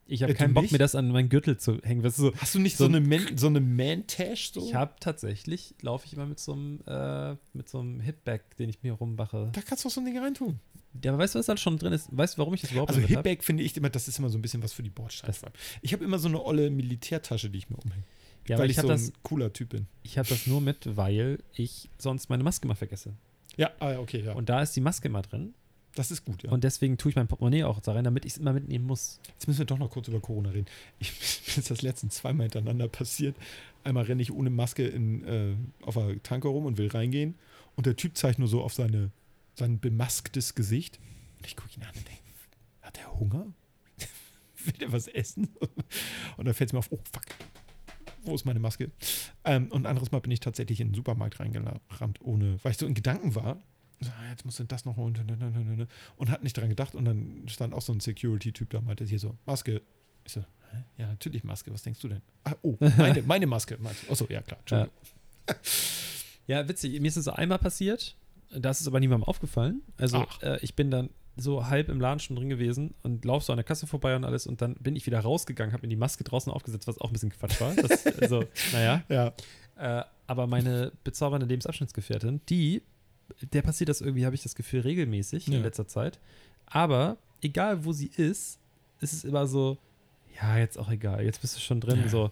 Speaker 2: Ich habe
Speaker 3: Äh, du
Speaker 2: keinen Bock,
Speaker 3: nicht?
Speaker 2: mir das an meinen Gürtel zu hängen. Das ist so,
Speaker 3: Hast du nicht so,
Speaker 2: So ein-
Speaker 3: eine Man, so eine Man-Tash? So?
Speaker 2: Ich habe tatsächlich, laufe ich immer mit so einem, äh, mit so einem Hipback, den ich mir rummache.
Speaker 3: Da kannst du auch so ein Ding reintun.
Speaker 2: Ja, aber weißt du, was da schon drin ist? Weißt du, warum ich das überhaupt
Speaker 3: Also
Speaker 2: mit hab?
Speaker 3: Hipback finde ich immer, das ist immer so ein bisschen was für die Bordsteinschweibe. Ich habe immer so eine olle Militärtasche, die ich mir umhänge,
Speaker 2: Ja, aber
Speaker 3: weil
Speaker 2: ich
Speaker 3: ich,
Speaker 2: habe
Speaker 3: so
Speaker 2: das,
Speaker 3: ein cooler Typ bin.
Speaker 2: ich hab das nur mit, weil ich sonst meine Maske mal vergesse.
Speaker 3: Ja, ah, ja, okay, ja.
Speaker 2: Und da ist die Maske mal drin.
Speaker 3: das ist gut, ja.
Speaker 2: Und deswegen tue ich mein Portemonnaie auch da rein, damit ich es immer mitnehmen muss.
Speaker 3: Jetzt müssen wir doch noch kurz über Corona reden. Ich, mir ist das letzten zweimal hintereinander passiert. Einmal renne ich ohne Maske in, äh, auf der Tanke rum und will reingehen. Und der Typ zeigt nur so auf seine, sein bemasktes Gesicht. Und ich gucke ihn an und denke, hat er Hunger? will er was essen? Und dann fällt es mir auf, oh fuck, wo ist meine Maske? Ähm, und ein anderes Mal bin ich tatsächlich in den Supermarkt reingerannt, ohne, weil ich so in Gedanken war. So, ah, Jetzt musst du das noch holen. Und hat nicht dran gedacht. Und dann stand auch so ein Security-Typ da und meinte hier so, Maske. Ich so, hä? ja, natürlich Maske, was denkst du denn? Ah, oh, meine, meine Maske. meinst du? Achso, ja klar,
Speaker 2: Ja.
Speaker 3: Entschuldigung.
Speaker 2: ja, witzig. Mir ist es so einmal passiert. Das ist aber niemandem aufgefallen. Also
Speaker 3: Ach.
Speaker 2: äh, ich bin dann so halb im Laden schon drin gewesen und laufe so an der Kasse vorbei und alles. Und dann bin ich wieder rausgegangen, habe mir die Maske draußen aufgesetzt, was auch ein bisschen Quatsch war. Das, also, naja.
Speaker 3: Ja.
Speaker 2: Äh, aber meine bezaubernde Lebensabschnittsgefährtin, die, der passiert das irgendwie, habe ich das Gefühl, regelmäßig
Speaker 3: Ja.
Speaker 2: in letzter Zeit. Aber egal wo sie ist, ist es immer so, ja, jetzt auch egal, jetzt bist du schon drin.
Speaker 3: Ja.
Speaker 2: So,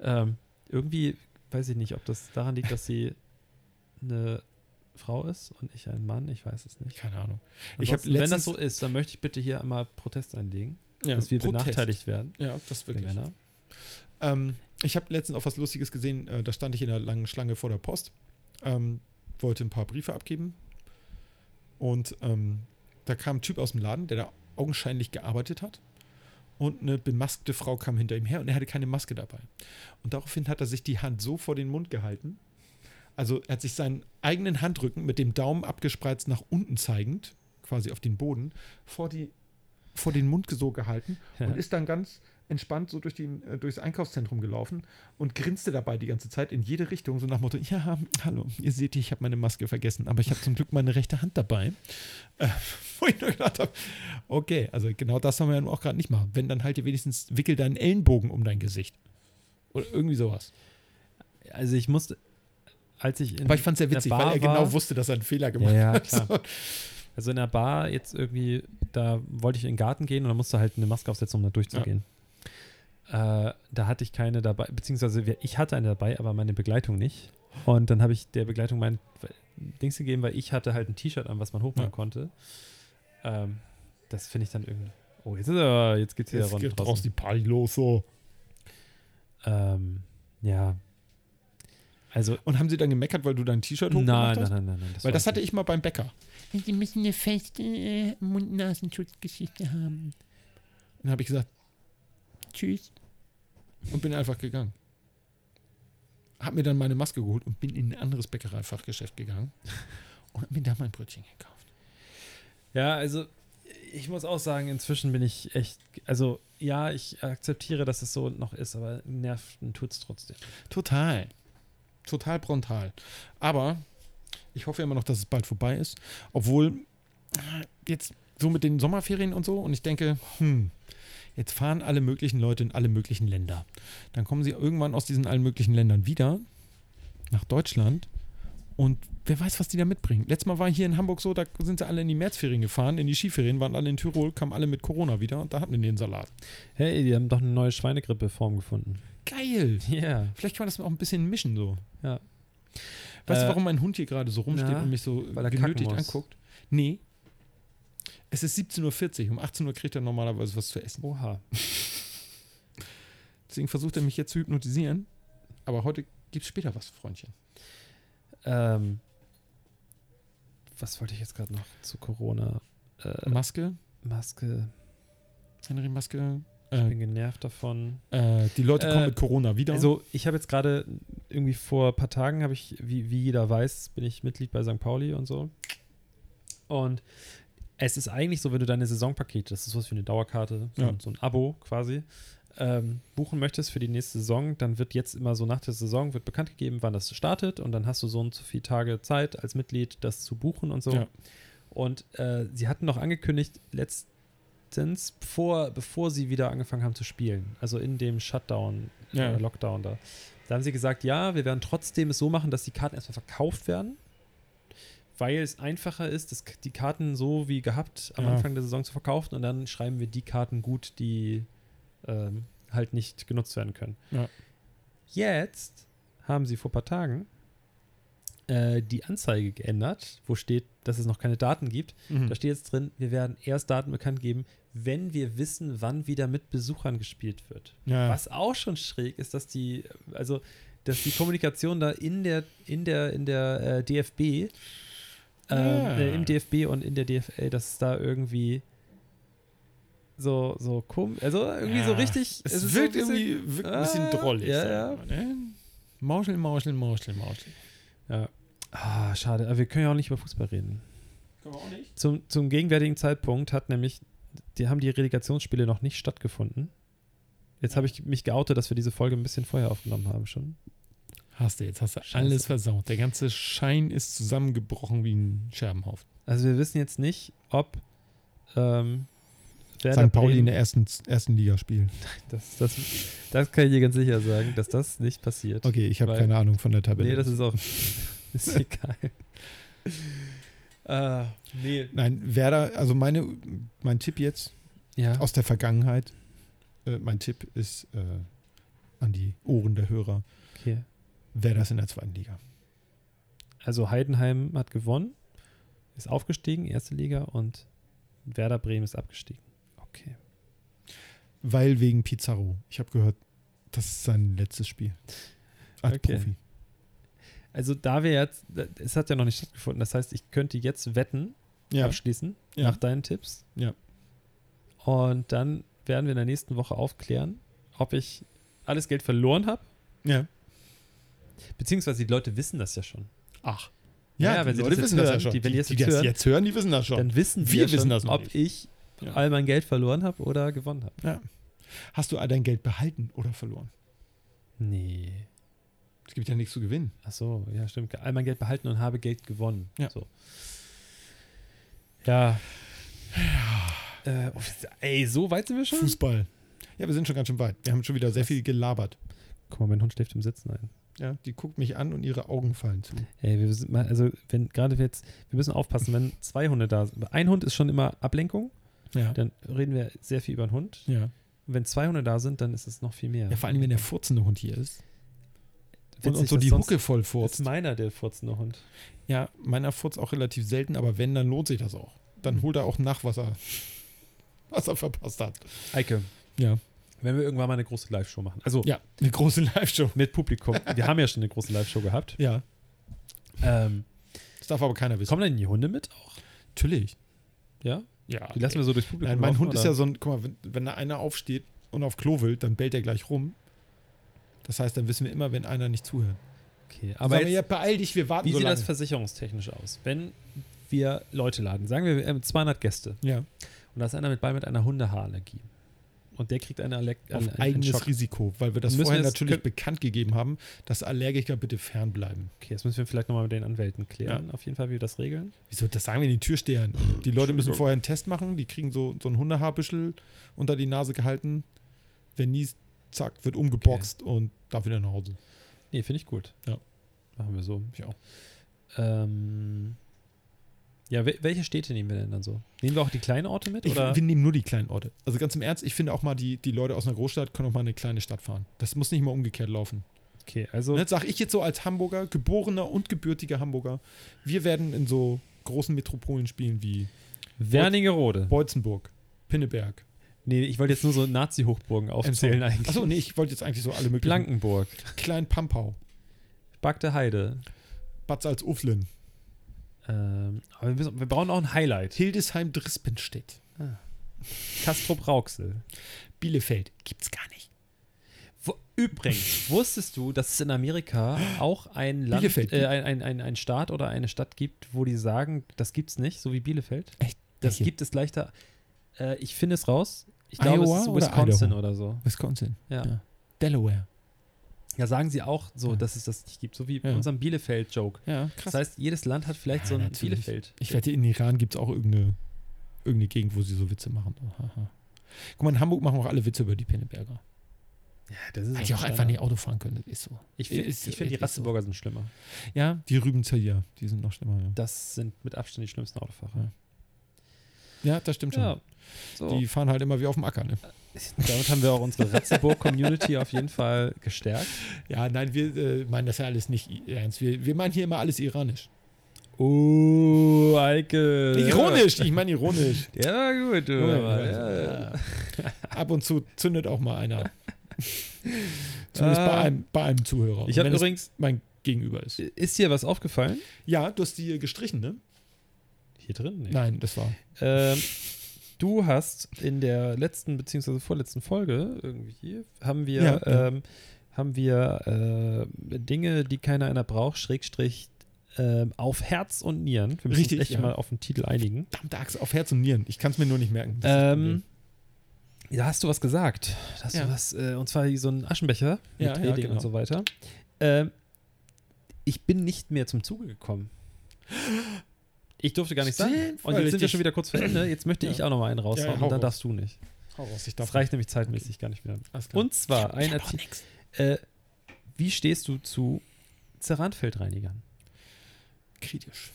Speaker 2: ähm, irgendwie weiß ich nicht, ob das daran liegt, dass sie eine Frau ist und ich ein Mann, ich weiß es nicht.
Speaker 3: Keine Ahnung. Ich hab
Speaker 2: Ansonsten, wenn das
Speaker 3: letztens-
Speaker 2: so ist, dann möchte ich bitte hier einmal Protest einlegen,
Speaker 3: Ja,
Speaker 2: dass wir
Speaker 3: Protest.
Speaker 2: benachteiligt werden.
Speaker 3: Ja, das
Speaker 2: wir
Speaker 3: wirklich.
Speaker 2: Männer.
Speaker 3: Ähm, ich habe letztens auch was Lustiges gesehen. Äh, da stand ich in einer langen Schlange vor der Post, ähm, wollte ein paar Briefe abgeben. Und ähm, da kam ein Typ aus dem Laden, der da augenscheinlich gearbeitet hat. Und eine bemaskte Frau kam hinter ihm her und er hatte keine Maske dabei. Und daraufhin hat er sich die Hand so vor den Mund gehalten. Also er hat sich seinen eigenen Handrücken mit dem Daumen abgespreizt nach unten zeigend, quasi auf den Boden, vor, die, vor den Mund so gehalten
Speaker 2: Ja.
Speaker 3: und ist dann ganz entspannt so durch den, äh, durchs Einkaufszentrum gelaufen und grinste dabei die ganze Zeit in jede Richtung, so nach Motto, ja, hallo, ihr seht, ich habe meine Maske vergessen, aber ich habe zum Glück meine rechte Hand dabei. Äh, wo ich nur gedacht habe, okay, also genau das soll man ja auch gerade nicht machen. Wenn, dann halt dir wenigstens, wickel deinen Ellenbogen um dein Gesicht. Oder irgendwie sowas.
Speaker 2: Also ich musste, als ich in
Speaker 3: Aber ich fand es sehr
Speaker 2: der
Speaker 3: witzig,
Speaker 2: Bar
Speaker 3: weil er
Speaker 2: war-
Speaker 3: genau wusste, dass er einen Fehler gemacht
Speaker 2: Ja, ja,
Speaker 3: hat.
Speaker 2: klar.
Speaker 3: So.
Speaker 2: Also in der Bar jetzt irgendwie, da wollte ich in den Garten gehen und da musste halt eine Maske aufsetzen, um da durchzugehen. Äh, da hatte ich keine dabei, beziehungsweise wir- ich hatte eine dabei, aber meine Begleitung nicht. Und dann habe ich der Begleitung mein Dings gegeben, weil ich hatte halt ein T-Shirt an, was man hochmachen
Speaker 3: Ja.
Speaker 2: konnte. Ähm, das finde ich dann irgendwie. Oh, jetzt, ist er- jetzt geht's wieder
Speaker 3: Jetzt
Speaker 2: runter
Speaker 3: geht draußen
Speaker 2: draußen.
Speaker 3: die Party los, so.
Speaker 2: Ähm, ja. Also,
Speaker 3: Und haben sie dann gemeckert, weil du dein T-Shirt
Speaker 2: nein,
Speaker 3: hochgemacht
Speaker 2: nein,
Speaker 3: hast?
Speaker 2: nein, nein, nein.
Speaker 3: Weil
Speaker 2: war
Speaker 3: das
Speaker 2: ich
Speaker 3: hatte ich mal beim Bäcker.
Speaker 5: Sie müssen eine feste äh, Mund-Nasenschutz-Geschichte haben.
Speaker 3: Dann habe ich gesagt,
Speaker 5: Tschüss.
Speaker 3: und bin einfach gegangen. Hab mir dann meine Maske geholt und bin in ein anderes Bäckereifachgeschäft gegangen und hab mir da mein Brötchen gekauft.
Speaker 2: Ja, also ich muss auch sagen, inzwischen bin ich echt, also ja, ich akzeptiere, dass es so noch ist, aber nervt tut es trotzdem.
Speaker 3: Total. Total frontal. Aber ich hoffe immer noch, dass es bald vorbei ist. Obwohl, äh, jetzt so mit den Sommerferien und so, und ich denke, hm, jetzt fahren alle möglichen Leute in alle möglichen Länder. Dann kommen sie irgendwann aus diesen allen möglichen Ländern wieder nach Deutschland. Und wer weiß, was die da mitbringen. Letztes Mal war hier in Hamburg so, da sind sie alle in die Märzferien gefahren, in die Skiferien, waren alle in Tirol, kamen alle mit Corona wieder und da hatten wir den Salat.
Speaker 2: Hey, die haben doch eine neue Schweinegrippe-Form gefunden.
Speaker 3: Geil!
Speaker 2: Ja.
Speaker 3: Vielleicht kann man das auch ein bisschen mischen so.
Speaker 2: Ja.
Speaker 3: Weißt
Speaker 2: Äh,
Speaker 3: du, warum mein Hund hier gerade so rumsteht
Speaker 2: na,
Speaker 3: und mich so
Speaker 2: weil er kacken
Speaker 3: genötigt
Speaker 2: muss.
Speaker 3: anguckt? Nee. Es ist 17.40 Uhr. Um 18 Uhr kriegt er normalerweise was zu essen.
Speaker 2: Oha.
Speaker 3: Deswegen versucht er mich jetzt zu hypnotisieren. Aber heute gibt es später was, Freundchen.
Speaker 2: Ähm, was wollte ich jetzt gerade noch zu Corona? Äh,
Speaker 3: Maske,
Speaker 2: Maske.
Speaker 3: Henry Maske.
Speaker 2: Ich
Speaker 3: Äh,
Speaker 2: bin genervt davon.
Speaker 3: äh, die Leute
Speaker 2: Äh,
Speaker 3: kommen mit Corona wieder.
Speaker 2: Also ich habe jetzt gerade irgendwie vor ein paar Tagen habe ich, wie, wie jeder weiß, bin ich Mitglied bei St. Pauli und so. Und es ist eigentlich so, wenn du deine Saisonpakete, das ist was wie eine Dauerkarte, so,
Speaker 3: Ja.
Speaker 2: ein- so ein Abo quasi, ähm, buchen möchtest für die nächste Saison, dann wird jetzt immer so nach der Saison wird bekannt gegeben, wann das startet und dann hast du so und so viele Tage Zeit als Mitglied, das zu buchen und so.
Speaker 3: Ja.
Speaker 2: Und äh, sie hatten noch angekündigt, letztens, vor, bevor sie wieder angefangen haben zu spielen, also in dem Shutdown,
Speaker 3: Ja.
Speaker 2: äh, Lockdown da, da haben sie gesagt, ja, wir werden trotzdem es so machen, dass die Karten erstmal verkauft werden, weil es einfacher ist, das, die Karten so wie gehabt am
Speaker 3: Ja.
Speaker 2: Anfang der Saison zu verkaufen und dann schreiben wir die Karten gut, die ähm, halt nicht genutzt werden können.
Speaker 3: Ja.
Speaker 2: Jetzt haben sie vor ein paar Tagen äh, die Anzeige geändert, wo steht, dass es noch keine Daten gibt.
Speaker 3: Mhm.
Speaker 2: Da steht jetzt drin, wir werden erst Daten bekannt geben, wenn wir wissen, wann wieder mit Besuchern gespielt wird.
Speaker 3: ja.
Speaker 2: Was auch schon schräg ist, dass die, also dass die Kommunikation da in der, in der, in der äh, DFB, ähm,
Speaker 3: Ja.
Speaker 2: äh, im DFB und in der DFL, dass es da irgendwie so, so komisch, also irgendwie so
Speaker 3: Ja.
Speaker 2: richtig.
Speaker 3: Es,
Speaker 2: ist so ein
Speaker 3: wirkt
Speaker 2: bisschen-
Speaker 3: irgendwie wirkt ein bisschen
Speaker 2: Ah,
Speaker 3: drollig.
Speaker 2: ja,
Speaker 3: sagen wir mal, ne? Mauschel, Mauschel, Mauschel, Mauschel.
Speaker 2: Ja. Ah, schade, aber wir können ja auch nicht über Fußball reden.
Speaker 3: Können wir auch nicht?
Speaker 2: Zum, zum gegenwärtigen Zeitpunkt hat nämlich, die haben die Relegationsspiele noch nicht stattgefunden. Jetzt habe ich mich geoutet, dass wir diese Folge ein bisschen vorher aufgenommen haben schon.
Speaker 3: Hast du, jetzt hast du
Speaker 2: Scheiße.
Speaker 3: alles versaut. Der ganze Schein ist zusammengebrochen wie ein Scherbenhaufen.
Speaker 2: Also wir wissen jetzt nicht, ob ähm, Werder
Speaker 3: St. Pauli ne- in
Speaker 2: Bremen-
Speaker 3: der ersten, ersten Liga spielen.
Speaker 2: das, das, das kann ich dir ganz sicher sagen, dass das nicht passiert.
Speaker 3: Okay, ich habe
Speaker 2: Weil-
Speaker 3: keine Ahnung von der Tabelle.
Speaker 2: Nee, das ist auch ist egal. äh, nee.
Speaker 3: Nein, Werder, also meine, mein Tipp jetzt
Speaker 2: Ja.
Speaker 3: aus der Vergangenheit, äh, mein Tipp ist äh, an die Ohren der Hörer,
Speaker 2: Okay.
Speaker 3: Werder ist in der zweiten Liga.
Speaker 2: Also Heidenheim hat gewonnen, ist aufgestiegen, erste Liga und Werder Bremen ist abgestiegen. Okay.
Speaker 3: Weil wegen Pizarro. Ich habe gehört, das ist sein letztes Spiel. Als
Speaker 2: Okay.
Speaker 3: Profi.
Speaker 2: Also da wir jetzt, es hat ja noch nicht stattgefunden, das heißt, ich könnte jetzt wetten,
Speaker 3: Ja,
Speaker 2: abschließen,
Speaker 3: Ja.
Speaker 2: nach deinen Tipps.
Speaker 3: Ja.
Speaker 2: Und dann werden wir in der nächsten Woche aufklären, ob ich alles Geld verloren habe.
Speaker 3: ja.
Speaker 2: Beziehungsweise die Leute wissen das ja schon.
Speaker 3: Ach.
Speaker 2: Ja,
Speaker 3: Ja,
Speaker 2: wenn
Speaker 3: die
Speaker 2: sie das
Speaker 3: Leute
Speaker 2: jetzt
Speaker 3: wissen das
Speaker 2: hören,
Speaker 3: ja schon.
Speaker 2: die- wenn die das
Speaker 3: die
Speaker 2: jetzt
Speaker 3: das
Speaker 2: hören,
Speaker 3: jetzt hören, die wissen das schon.
Speaker 2: Dann wissen sie
Speaker 3: Wir
Speaker 2: ja schon,
Speaker 3: wissen das noch
Speaker 2: ob
Speaker 3: nicht.
Speaker 2: ich
Speaker 3: Ja.
Speaker 2: all mein Geld verloren habe oder gewonnen habe.
Speaker 3: Hast du all dein Geld behalten oder verloren?
Speaker 2: Nee.
Speaker 3: Es gibt ja nichts zu gewinnen.
Speaker 2: Ach so, ja, stimmt. All mein Geld behalten und habe Geld gewonnen.
Speaker 3: Ja.
Speaker 2: So. Ja. Äh, oh, ey, so weit sind wir schon?
Speaker 3: Fußball. Ja, wir sind schon ganz schön weit. Wir haben schon wieder sehr viel gelabert.
Speaker 2: Guck mal, mein Hund schläft im Sitzen ein.
Speaker 3: Ja, die guckt mich an und ihre Augen fallen zu.
Speaker 2: Ey, wir sind mal, also wenn gerade wir jetzt, wir müssen aufpassen, wenn zwei Hunde da sind. Ein Hund ist schon immer Ablenkung,
Speaker 3: Ja.
Speaker 2: dann reden wir sehr viel über den Hund.
Speaker 3: Ja.
Speaker 2: Und wenn zwei Hunde da sind, dann ist es noch viel mehr.
Speaker 3: ja, vor allem, wenn der furzende Hund hier ist. und,
Speaker 2: Witzig,
Speaker 3: und so
Speaker 2: dass
Speaker 3: die
Speaker 2: sonst-
Speaker 3: Hucke voll
Speaker 2: Das ist
Speaker 3: furzt.
Speaker 2: meiner, der furzende Hund.
Speaker 3: Ja, meiner furzt auch relativ selten, aber wenn, dann lohnt sich das auch. Dann holt er auch nach, was er, was er verpasst hat.
Speaker 2: Eike.
Speaker 3: Ja.
Speaker 2: Wenn wir irgendwann mal eine große Live-Show machen. Also
Speaker 3: Ja, eine große Live-Show.
Speaker 2: mit Publikum. Wir haben ja schon eine große Live-Show gehabt.
Speaker 3: Ja,
Speaker 2: Ähm,
Speaker 3: das darf aber keiner wissen.
Speaker 2: kommen denn die Hunde mit auch?
Speaker 3: Natürlich.
Speaker 2: Ja?
Speaker 3: Ja.
Speaker 2: Die lassen wir so durchs Publikum.
Speaker 3: Nein, mein
Speaker 2: laufen,
Speaker 3: Hund ist
Speaker 2: oder?
Speaker 3: ja so ein, guck mal, wenn, wenn da einer aufsteht und auf Klo will, dann bellt er gleich rum. Das heißt, dann wissen wir immer, wenn einer nicht zuhört.
Speaker 2: Okay,
Speaker 3: Aber
Speaker 2: aber jetzt,
Speaker 3: ja, beeil dich, wir warten
Speaker 2: wie
Speaker 3: so
Speaker 2: sieht
Speaker 3: lange.
Speaker 2: das versicherungstechnisch aus? Wenn wir Leute laden, sagen wir, wir haben 200 Gäste
Speaker 3: ja,
Speaker 2: und da ist einer mit bei mit einer Hundehaarallergie und der kriegt eine Allerg
Speaker 3: auf
Speaker 2: einen- einen
Speaker 3: eigenes
Speaker 2: Schock.
Speaker 3: Risiko, weil wir das
Speaker 2: Müssen wir
Speaker 3: vorher
Speaker 2: das-
Speaker 3: natürlich bekannt gegeben haben, dass Allergiker bitte fernbleiben.
Speaker 2: Okay, das müssen wir vielleicht nochmal mit den Anwälten klären, auf jeden Fall, wie wir das regeln.
Speaker 3: Wieso, das sagen wir den Türstehern. Die Leute müssen vorher einen Test machen, die kriegen so, so ein Hundehaarbüschel unter die Nase gehalten. Wer niest, zack, wird umgeboxt und darf wieder nach Hause.
Speaker 2: Nee, finde ich gut.
Speaker 3: Ja.
Speaker 2: Machen wir so.
Speaker 3: Ich auch.
Speaker 2: Ähm, ja, wel- welche Städte nehmen wir denn dann so? Nehmen wir auch die kleinen Orte mit?
Speaker 3: Ich,
Speaker 2: oder?
Speaker 3: wir nehmen nur die kleinen Orte. Also ganz im Ernst, ich finde auch mal, die, die Leute aus einer Großstadt können auch mal in eine kleine Stadt fahren. Das muss nicht mal umgekehrt laufen.
Speaker 2: Okay, also
Speaker 3: Und jetzt sage ich jetzt so als Hamburger, geborener und gebürtiger Hamburger, wir werden in so großen Metropolen spielen wie
Speaker 2: Wernigerode.
Speaker 3: Beutzenburg, Pinneberg,
Speaker 2: Nee, ich wollte jetzt nur so Nazi-Hochburgen aufzählen eigentlich.
Speaker 3: Achso, nee, ich wollte jetzt eigentlich so alle möglichen.
Speaker 2: Blankenburg,
Speaker 3: Klein Pampau,
Speaker 2: Bagde Heide.
Speaker 3: Bad Salzuflen,
Speaker 2: Ähm, aber wir, müssen, wir brauchen auch ein Highlight.
Speaker 3: Hildesheim-Drispenstedt,
Speaker 2: Kastrop Rauxel.
Speaker 3: Bielefeld. Gibt's gar nicht.
Speaker 2: Wo, übrigens, wusstest du, dass es in Amerika auch ein Land,
Speaker 3: Bielefeld
Speaker 2: äh,
Speaker 3: gibt-
Speaker 2: ein, ein, ein, ein Staat oder eine Stadt gibt, wo die sagen, das gibt's nicht, so wie Bielefeld?
Speaker 3: Echt?
Speaker 2: Das
Speaker 3: Welche?
Speaker 2: gibt es leichter. Äh, ich finde es raus. Ich glaube,
Speaker 3: Iowa
Speaker 2: es ist
Speaker 3: oder
Speaker 2: Wisconsin
Speaker 3: Idaho?
Speaker 2: oder, so.
Speaker 3: Wisconsin,
Speaker 2: Ja. ja.
Speaker 3: Ja. Delaware.
Speaker 2: sagen sie auch so,
Speaker 3: Ja.
Speaker 2: dass es das nicht gibt, so wie bei
Speaker 3: Ja.
Speaker 2: unserem Bielefeld-Joke.
Speaker 3: Ja,
Speaker 2: Das heißt, jedes Land hat vielleicht
Speaker 3: Ja,
Speaker 2: so ein
Speaker 3: natürlich.
Speaker 2: Bielefeld.
Speaker 3: Ich wette, in Iran gibt es auch irgendeine, irgendeine Gegend, wo sie so Witze machen. Haha. Guck mal, in Hamburg machen auch alle Witze über die Pinneberger.
Speaker 2: Ja, das ist
Speaker 3: Weil die auch einfach nicht Auto fahren können, das ist so.
Speaker 2: Ich finde,
Speaker 3: Ist-
Speaker 2: ich find, die
Speaker 3: ist so.
Speaker 2: Ratzeburger sind schlimmer.
Speaker 3: Ja, die Rübenzeier, die sind noch schlimmer, ja.
Speaker 2: Das sind mit Abstand die schlimmsten Autofahrer.
Speaker 3: Ja, das stimmt schon.
Speaker 2: So.
Speaker 3: Die fahren halt immer wie auf dem Acker, ne?
Speaker 2: Damit haben wir auch unsere Ratzeburg-Community auf jeden Fall gestärkt.
Speaker 3: Ja, nein, wir äh, meinen das ja alles nicht i- ernst. Wir, wir meinen hier immer alles iranisch.
Speaker 2: Oh, Eike.
Speaker 3: Ironisch, ich meine ironisch.
Speaker 2: Ja, gut. Du, aber, ja.
Speaker 3: Ja. Ab und zu zündet auch mal einer. Zumindest bei,
Speaker 2: Ah.
Speaker 3: einem, bei einem Zuhörer.
Speaker 2: Ich habe
Speaker 3: Wenn es
Speaker 2: übrigens,
Speaker 3: mein Gegenüber ist.
Speaker 2: ist dir was aufgefallen?
Speaker 3: Ja, du hast die gestrichen, ne?
Speaker 2: Hier drin? Nee.
Speaker 3: Nein, das war.
Speaker 2: Ähm, du hast in der letzten beziehungsweise vorletzten Folge irgendwie haben wir
Speaker 3: Ja, ja.
Speaker 2: ähm, haben wir äh, Dinge, die keiner einer braucht, Schrägstrich ähm, auf Herz und Nieren. Wir müssen
Speaker 3: Richtig,
Speaker 2: uns echt
Speaker 3: ja.
Speaker 2: mal auf den Titel einigen.
Speaker 3: Verdammte Axt, auf Herz und Nieren. Ich kann es mir nur nicht merken. Das ist das
Speaker 2: Ähm, da hast du was gesagt. Da hast
Speaker 3: Ja.
Speaker 2: du was, äh, und zwar so ein Aschenbecher mit
Speaker 3: Ja, ja,
Speaker 2: Edding
Speaker 3: genau.
Speaker 2: und so weiter. Ähm, ich bin nicht mehr zum Zuge gekommen. Ich durfte gar nicht sein.
Speaker 3: Stimmt,
Speaker 2: Und
Speaker 3: voll
Speaker 2: jetzt sind wir
Speaker 3: richtig.
Speaker 2: schon wieder kurz vor Ende. Jetzt möchte ich auch noch mal einen raushauen
Speaker 3: Ja, ja, hau
Speaker 2: und dann
Speaker 3: raus.
Speaker 2: darfst du nicht.
Speaker 3: Problem. Hau raus, ich darf
Speaker 2: Das reicht nämlich zeitmäßig gar nicht mehr. Und zwar ein Artikel. Äh, wie stehst du zu Zeranfeldreinigern?
Speaker 3: kritisch.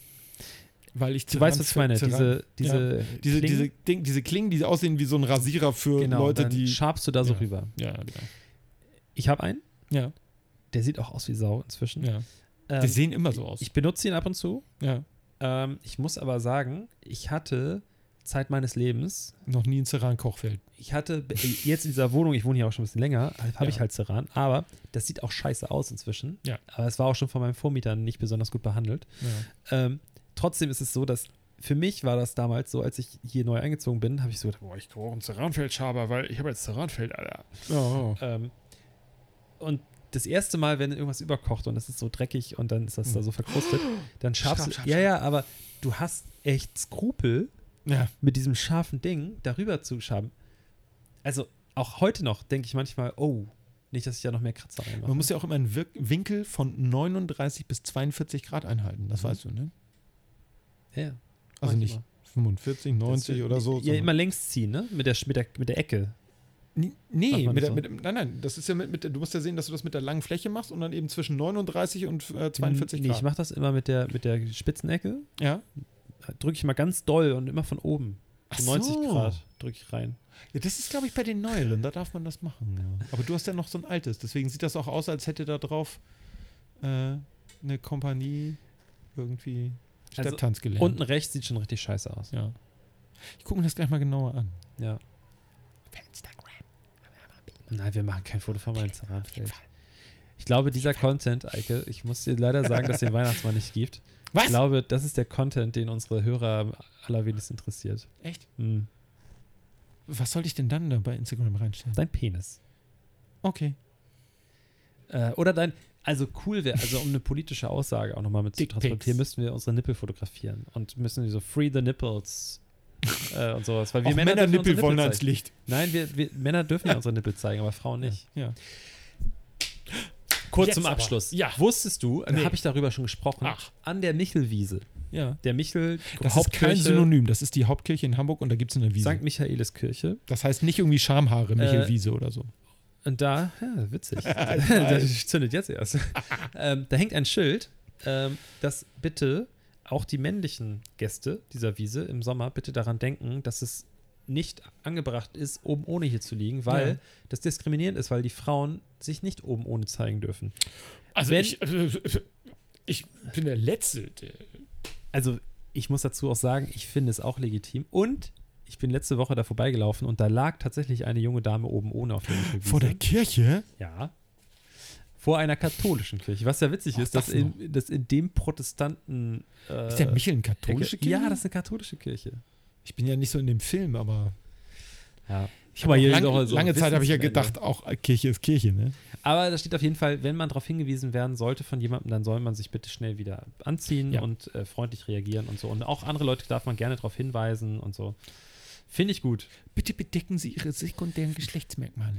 Speaker 3: Weil ich
Speaker 2: Du weißt, was ich meine. Diese, diese,
Speaker 3: diese,
Speaker 2: Klingen,
Speaker 3: diese, Ding, diese Klingen, die aussehen wie so ein Rasierer für
Speaker 2: genau,
Speaker 3: Leute,
Speaker 2: dann
Speaker 3: die.
Speaker 2: schabst du da so
Speaker 3: Ja.
Speaker 2: rüber.
Speaker 3: Ja, genau.
Speaker 2: Ich habe einen,
Speaker 3: Ja,
Speaker 2: der sieht auch aus wie Sau inzwischen.
Speaker 3: ja.
Speaker 2: Ähm,
Speaker 3: die sehen immer so aus.
Speaker 2: Ich benutze ihn ab und zu.
Speaker 3: ja.
Speaker 2: Ähm, ich muss aber sagen, ich hatte Zeit meines Lebens,
Speaker 3: Noch nie in Ceran-Kochfeld.
Speaker 2: ich hatte äh, jetzt in dieser Wohnung, ich wohne hier auch schon ein bisschen länger, habe
Speaker 3: Ja.
Speaker 2: ich halt Ceran, aber das sieht auch scheiße aus inzwischen.
Speaker 3: Ja.
Speaker 2: Aber es war auch schon von meinen Vormietern nicht besonders gut behandelt.
Speaker 3: Ja.
Speaker 2: Ähm, trotzdem ist es so, dass für mich war das damals so, als ich hier neu eingezogen bin, habe ich so gedacht, boah, ich brauche einen Ceranfeldschaber, weil ich habe jetzt Ceranfeld, Alter.
Speaker 3: Oh.
Speaker 2: Ähm, und das erste Mal, wenn irgendwas überkocht und es ist so dreckig und dann ist
Speaker 3: Hm.
Speaker 2: das da so verkrustet, dann schabst
Speaker 3: Schab,
Speaker 2: du.
Speaker 3: schab,
Speaker 2: ja,
Speaker 3: schab.
Speaker 2: ja, aber du hast echt Skrupel,
Speaker 3: Ja.
Speaker 2: mit diesem scharfen Ding darüber zu schaben. Also auch heute noch denke ich manchmal, oh, nicht, dass ich da noch mehr Kratzer reinmache.
Speaker 3: Man muss ja auch immer einen Wirk Winkel von 39 bis 42 Grad einhalten. Das weißt du, ne?
Speaker 2: ja, ja,
Speaker 3: Also
Speaker 2: Mhm. manchmal.
Speaker 3: nicht 45, 90
Speaker 2: Das- äh,
Speaker 3: oder so.
Speaker 2: Ja,
Speaker 3: sondern-
Speaker 2: immer längs ziehen, ne? Mit der, Sch- mit der, mit der Ecke.
Speaker 3: Nee,
Speaker 2: Macht man
Speaker 3: mit
Speaker 2: das
Speaker 3: der, mit, dem- nein, nein, das ist ja mit, mit, der- du musst ja sehen, dass du das mit der langen Fläche machst und dann eben zwischen 39 und äh, 42
Speaker 2: Nee, ich
Speaker 3: Grad.
Speaker 2: mache das immer mit der, mit der spitzen Ecke.
Speaker 3: ja?
Speaker 2: Drücke ich mal ganz doll und immer von oben.
Speaker 3: Ach
Speaker 2: So 90
Speaker 3: so.
Speaker 2: Grad drücke ich rein.
Speaker 3: ja, das ist, glaube ich, bei den neueren, da darf man das machen. Ja. Aber du hast ja noch so ein altes, deswegen sieht das auch aus, als hätte da drauf äh, eine Kompanie irgendwie
Speaker 2: Also,
Speaker 3: Stepptanz gelernt.
Speaker 2: Unten rechts sieht schon richtig scheiße aus.
Speaker 3: ja. Ich gucke mir das gleich mal genauer an.
Speaker 2: Ja.
Speaker 3: Auf Instagram.
Speaker 2: Nein, wir machen kein Foto von meinem Zahnfleisch. Ich glaube, dieser Content, Eike, ich muss dir leider sagen, dass es den Weihnachtsmann nicht gibt. Ich
Speaker 5: Was?
Speaker 2: glaube, das ist der Content, den unsere Hörer am allerwenigsten interessiert.
Speaker 5: Echt?
Speaker 2: Hm.
Speaker 5: Was soll ich denn dann da bei Instagram reinstellen?
Speaker 2: Dein Penis.
Speaker 5: Okay.
Speaker 2: Äh, oder dein, also cool wäre, also um eine politische Aussage auch nochmal mit zu
Speaker 5: Dickpics.
Speaker 2: transportieren, müssten wir unsere Nippel fotografieren und müssen die so Free the Nipples äh, und sowas. Weil wir
Speaker 3: Auch
Speaker 2: Männer,
Speaker 3: Männer
Speaker 2: dürfen unsere
Speaker 3: Nippel wollen
Speaker 2: zeigen.
Speaker 3: ans Licht.
Speaker 2: Nein, wir, wir Männer dürfen ja unsere Nippel zeigen, aber Frauen nicht.
Speaker 3: Ja.
Speaker 2: Kurz
Speaker 5: Jetzt
Speaker 2: Hm. zum
Speaker 5: aber.
Speaker 2: Abschluss.
Speaker 5: Ja.
Speaker 2: Wusstest du,
Speaker 5: Nee.
Speaker 2: habe ich darüber schon gesprochen,
Speaker 5: Ach.
Speaker 2: an der Michelwiese.
Speaker 3: Ja.
Speaker 2: Der Michel,
Speaker 3: Das ist kein Synonym. Das ist die Hauptkirche in Hamburg und da gibt es eine Wiese.
Speaker 2: St. Michaeliskirche.
Speaker 3: Das heißt nicht irgendwie Schamhaare, Michel
Speaker 2: Äh,
Speaker 3: Wiese oder so.
Speaker 2: Und da, ja, witzig, das zündet jetzt erst. ähm, da hängt ein Schild, ähm, dass bitte auch die männlichen Gäste dieser Wiese im Sommer bitte daran denken, dass es nicht angebracht ist, oben ohne hier zu liegen, weil
Speaker 3: Ja.
Speaker 2: das diskriminierend ist, weil die Frauen sich nicht oben ohne zeigen dürfen.
Speaker 5: Also
Speaker 2: Wenn-
Speaker 5: ich, äh, ich bin der Letzte. Der
Speaker 2: also ich muss dazu auch sagen, ich finde es auch legitim. Und ich bin letzte Woche da vorbeigelaufen und da lag tatsächlich eine junge Dame oben ohne auf der Mittelwiese.
Speaker 3: Kirche?
Speaker 2: ja. Vor einer katholischen Kirche. Was ja witzig
Speaker 3: Ach,
Speaker 2: ist, dass
Speaker 3: das
Speaker 2: in, dass in dem Protestanten. Äh,
Speaker 3: Ist der Michel eine katholische Kirche?
Speaker 2: Ja, das ist eine katholische Kirche.
Speaker 3: ich bin ja nicht so in dem Film, aber
Speaker 2: Ja. Ich
Speaker 3: lang, lange Zeit habe ich ja gedacht, auch äh, Kirche ist Kirche, ne?
Speaker 2: Aber da steht auf jeden Fall, wenn man darauf hingewiesen werden sollte von jemandem, dann soll man sich bitte schnell wieder anziehen
Speaker 3: Ja.
Speaker 2: und äh, freundlich reagieren und so. Und auch andere Leute darf man gerne darauf hinweisen und so. Finde ich gut.
Speaker 5: Bitte bedecken Sie Ihre sekundären Geschlechtsmerkmale.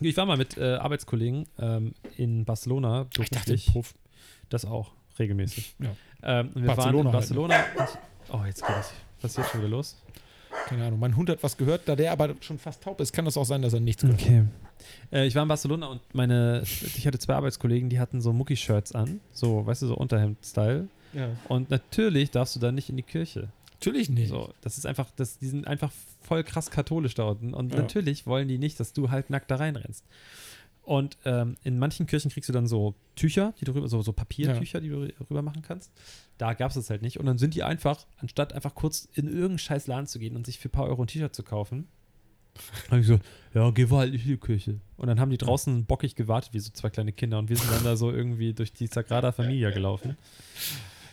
Speaker 2: Ich war mal mit äh, Arbeitskollegen ähm, in Barcelona
Speaker 3: Ich dachte,
Speaker 2: beruflich.
Speaker 3: Puff.
Speaker 2: das auch regelmäßig.
Speaker 3: Ja.
Speaker 2: Ähm, und wir
Speaker 3: Barcelona halt,
Speaker 2: waren in Barcelona. und, oh, jetzt geht das. Was ist jetzt schon wieder los?
Speaker 3: Keine Ahnung, mein Hund hat was gehört, da der aber schon fast taub ist, kann das auch sein, dass er nichts gehört
Speaker 2: Okay. Äh, ich war in Barcelona und meine, ich hatte zwei Arbeitskollegen, die hatten so Mucki-Shirts an, so, weißt du, so Unterhemd-Style.
Speaker 3: hat. Ja.
Speaker 2: Und natürlich darfst du da nicht in die Kirche.
Speaker 3: Natürlich nicht.
Speaker 2: So, das ist einfach, das, die sind einfach voll krass katholisch da unten. Und
Speaker 3: Ja.
Speaker 2: natürlich wollen die nicht, dass du halt nackt da reinrennst. Und ähm, in manchen Kirchen kriegst du dann so Tücher, die du rüber, so, so Papiertücher, die du rü- rüber machen kannst. Da gab es das halt nicht. Und dann sind die einfach, anstatt einfach kurz in irgendeinen scheiß Laden zu gehen und sich für ein paar Euro ein T-Shirt zu kaufen, habe ich so, ja, geh mal halt nicht in die Kirche. Und dann haben die draußen bockig gewartet, wie so zwei kleine Kinder. Und wir sind dann da so irgendwie durch die Sagrada Familia gelaufen.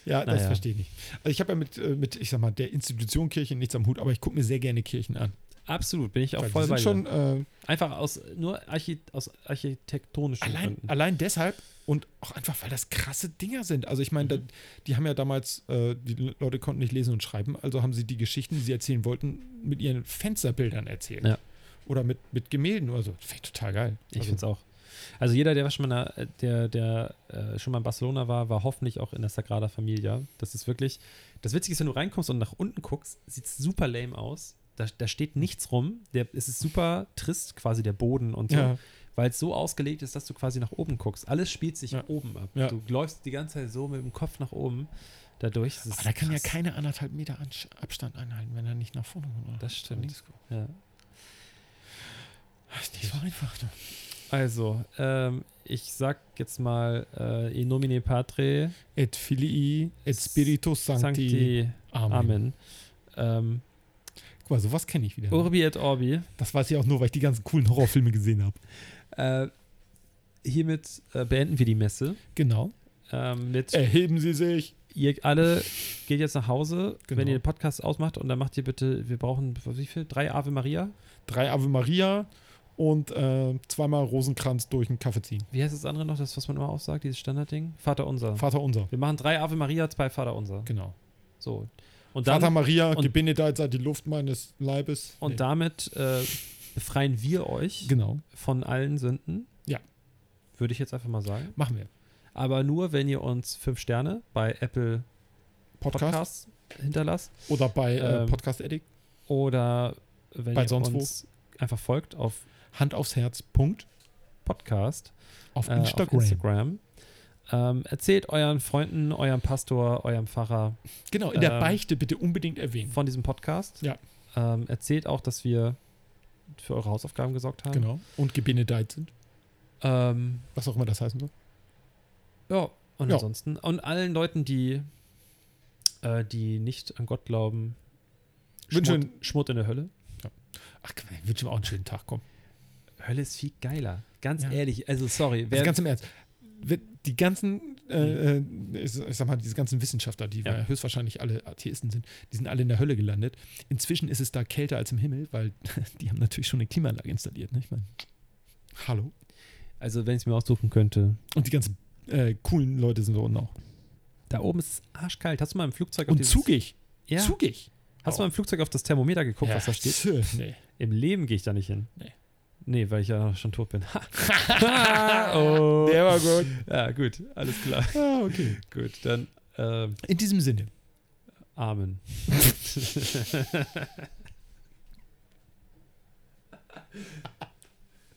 Speaker 3: Ja, das
Speaker 2: Naja.
Speaker 3: verstehe ich nicht. Also ich habe ja mit, äh, mit, ich sag mal, der Institution Kirche nichts am Hut, aber ich gucke mir sehr gerne Kirchen an.
Speaker 2: Absolut, bin ich auch
Speaker 3: Weil die
Speaker 2: voll bei
Speaker 3: sind
Speaker 2: dir.
Speaker 3: schon äh,
Speaker 2: Einfach aus nur Archi aus architektonischen
Speaker 3: allein,
Speaker 2: Gründen.
Speaker 3: allein deshalb und auch einfach, weil das krasse Dinger sind. Also ich meine,
Speaker 2: Mhm.
Speaker 3: da- die haben ja damals, äh, die Leute konnten nicht lesen und schreiben, also haben sie die Geschichten, die sie erzählen wollten, mit ihren Fensterbildern erzählt.
Speaker 2: Ja.
Speaker 3: Oder mit, mit Gemälden oder so. Finde ich total geil.
Speaker 2: Ich
Speaker 3: also,
Speaker 2: finde es auch. Also jeder, der schon mal, in der, der, der äh, schon mal in Barcelona war, war hoffentlich auch in der Sagrada Familia. Das ist wirklich. Das Witzige ist, wenn du reinkommst und nach unten guckst, sieht es super lame aus. Da, da steht nichts rum. Der, es ist super trist, quasi der Boden und so.
Speaker 3: Ja.
Speaker 2: Weil es so ausgelegt ist, dass du quasi nach oben guckst. Alles spielt sich
Speaker 3: Ja.
Speaker 2: oben ab.
Speaker 3: Ja.
Speaker 2: Du läufst die ganze Zeit so mit dem Kopf nach oben. Dadurch ist es
Speaker 5: Aber da kann
Speaker 2: krass.
Speaker 5: ja keine anderthalb Meter Ansch- Abstand einhalten, wenn er nicht nach vorne kommt. oder?
Speaker 2: Das stimmt.
Speaker 5: Links guckt.
Speaker 2: ja.
Speaker 5: Das ist nicht so einfach. ne?
Speaker 2: Also, ähm, ich sag jetzt mal äh, in nomine patre
Speaker 3: Et filii, et spiritus sancti.
Speaker 2: sancti
Speaker 3: Amen.
Speaker 2: amen. Ähm,
Speaker 3: Guck mal, sowas kenne ich wieder.
Speaker 2: Urbi et Orbi.
Speaker 3: Das weiß ich auch nur, weil ich die ganzen coolen Horrorfilme gesehen habe.
Speaker 2: Äh, hiermit äh, beenden wir die Messe.
Speaker 3: Genau.
Speaker 2: Ähm, mit
Speaker 3: Erheben Sie sich.
Speaker 2: ihr alle geht jetzt nach Hause,
Speaker 3: Genau.
Speaker 2: wenn ihr den Podcast ausmacht und dann macht ihr bitte, wir brauchen wie viel? Drei Ave Maria.
Speaker 3: Drei Ave Maria und äh, zweimal Rosenkranz durch den Kaffee ziehen.
Speaker 2: Wie heißt das andere noch, das, was man immer aufsagt, dieses Standardding? Vater unser.
Speaker 3: Vater unser.
Speaker 2: wir machen drei Ave Maria, zwei Vater unser.
Speaker 3: Genau.
Speaker 2: So. Und dann
Speaker 3: Vater Maria,
Speaker 2: und-
Speaker 3: gebindet da die Luft meines Leibes.
Speaker 2: und
Speaker 3: Nee.
Speaker 2: damit äh, befreien wir euch.
Speaker 3: Genau.
Speaker 2: von allen Sünden.
Speaker 3: Ja.
Speaker 2: Würde ich jetzt einfach mal sagen.
Speaker 3: Machen wir.
Speaker 2: Aber nur, wenn ihr uns fünf Sterne bei Apple
Speaker 3: Podcast,
Speaker 2: Podcasts hinterlasst
Speaker 3: oder bei äh,
Speaker 2: Ähm,
Speaker 3: Podcast Addict.
Speaker 2: oder wenn
Speaker 3: Bei
Speaker 2: ihr
Speaker 3: sonst wo.
Speaker 2: uns einfach folgt auf
Speaker 3: Hand aufs Herz. Punkt.
Speaker 2: Podcast,
Speaker 3: Auf
Speaker 2: äh,
Speaker 3: Instagram.
Speaker 2: auf Instagram. Ähm, erzählt euren Freunden, eurem Pastor, eurem Pfarrer
Speaker 3: Genau, in der
Speaker 2: Ähm,
Speaker 3: Beichte bitte unbedingt erwähnen.
Speaker 2: von diesem Podcast.
Speaker 3: Ja.
Speaker 2: Ähm, erzählt auch, dass wir für eure Hausaufgaben gesorgt haben.
Speaker 3: Genau. Und gebenedeit sind.
Speaker 2: Ähm,
Speaker 3: Was auch immer das heißen soll.
Speaker 2: ja, und
Speaker 3: Ja.
Speaker 2: ansonsten. Und allen Leuten, die, äh, die nicht an Gott glauben,
Speaker 3: Wünsche-
Speaker 2: Schmutz Schmut in der Hölle.
Speaker 3: Ach, wünsche mir auch einen schönen Tag. Komm.
Speaker 2: Hölle ist viel geiler. Ganz
Speaker 3: Ja.
Speaker 2: ehrlich, also sorry.
Speaker 3: Also
Speaker 2: Wer,
Speaker 3: ganz im Ernst. wenn Die ganzen, äh, äh, ich ich sag mal, diese ganzen Wissenschaftler, die
Speaker 2: Ja.
Speaker 3: ja. höchstwahrscheinlich alle Atheisten sind, die sind alle in der Hölle gelandet. Inzwischen ist es da kälter als im Himmel, weil die haben natürlich schon eine Klimaanlage installiert. Ne? Ich meine, hallo.
Speaker 2: also wenn ich es mir aussuchen könnte.
Speaker 3: Und die ganzen äh, coolen Leute sind da unten auch.
Speaker 2: Da oben ist es arschkalt. Hast du mal im Flugzeug auf
Speaker 3: Und
Speaker 2: dieses-
Speaker 3: zugig.
Speaker 2: Ja.
Speaker 3: Zugig.
Speaker 2: Hast du mal im Flugzeug auf das Thermometer geguckt, was da steht?
Speaker 3: Nee.
Speaker 2: Im Leben gehe ich da nicht hin.
Speaker 3: Nee.
Speaker 2: Nee, weil ich ja schon tot bin. Ha. oh.
Speaker 3: Der war gut.
Speaker 2: Ja, gut, alles klar.
Speaker 3: Ah, okay.
Speaker 2: Gut, dann ähm,
Speaker 3: In diesem Sinne.
Speaker 2: Amen.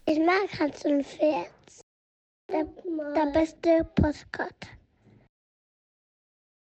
Speaker 6: Ich mag Hans und Pferd. Der, der beste Postkarte.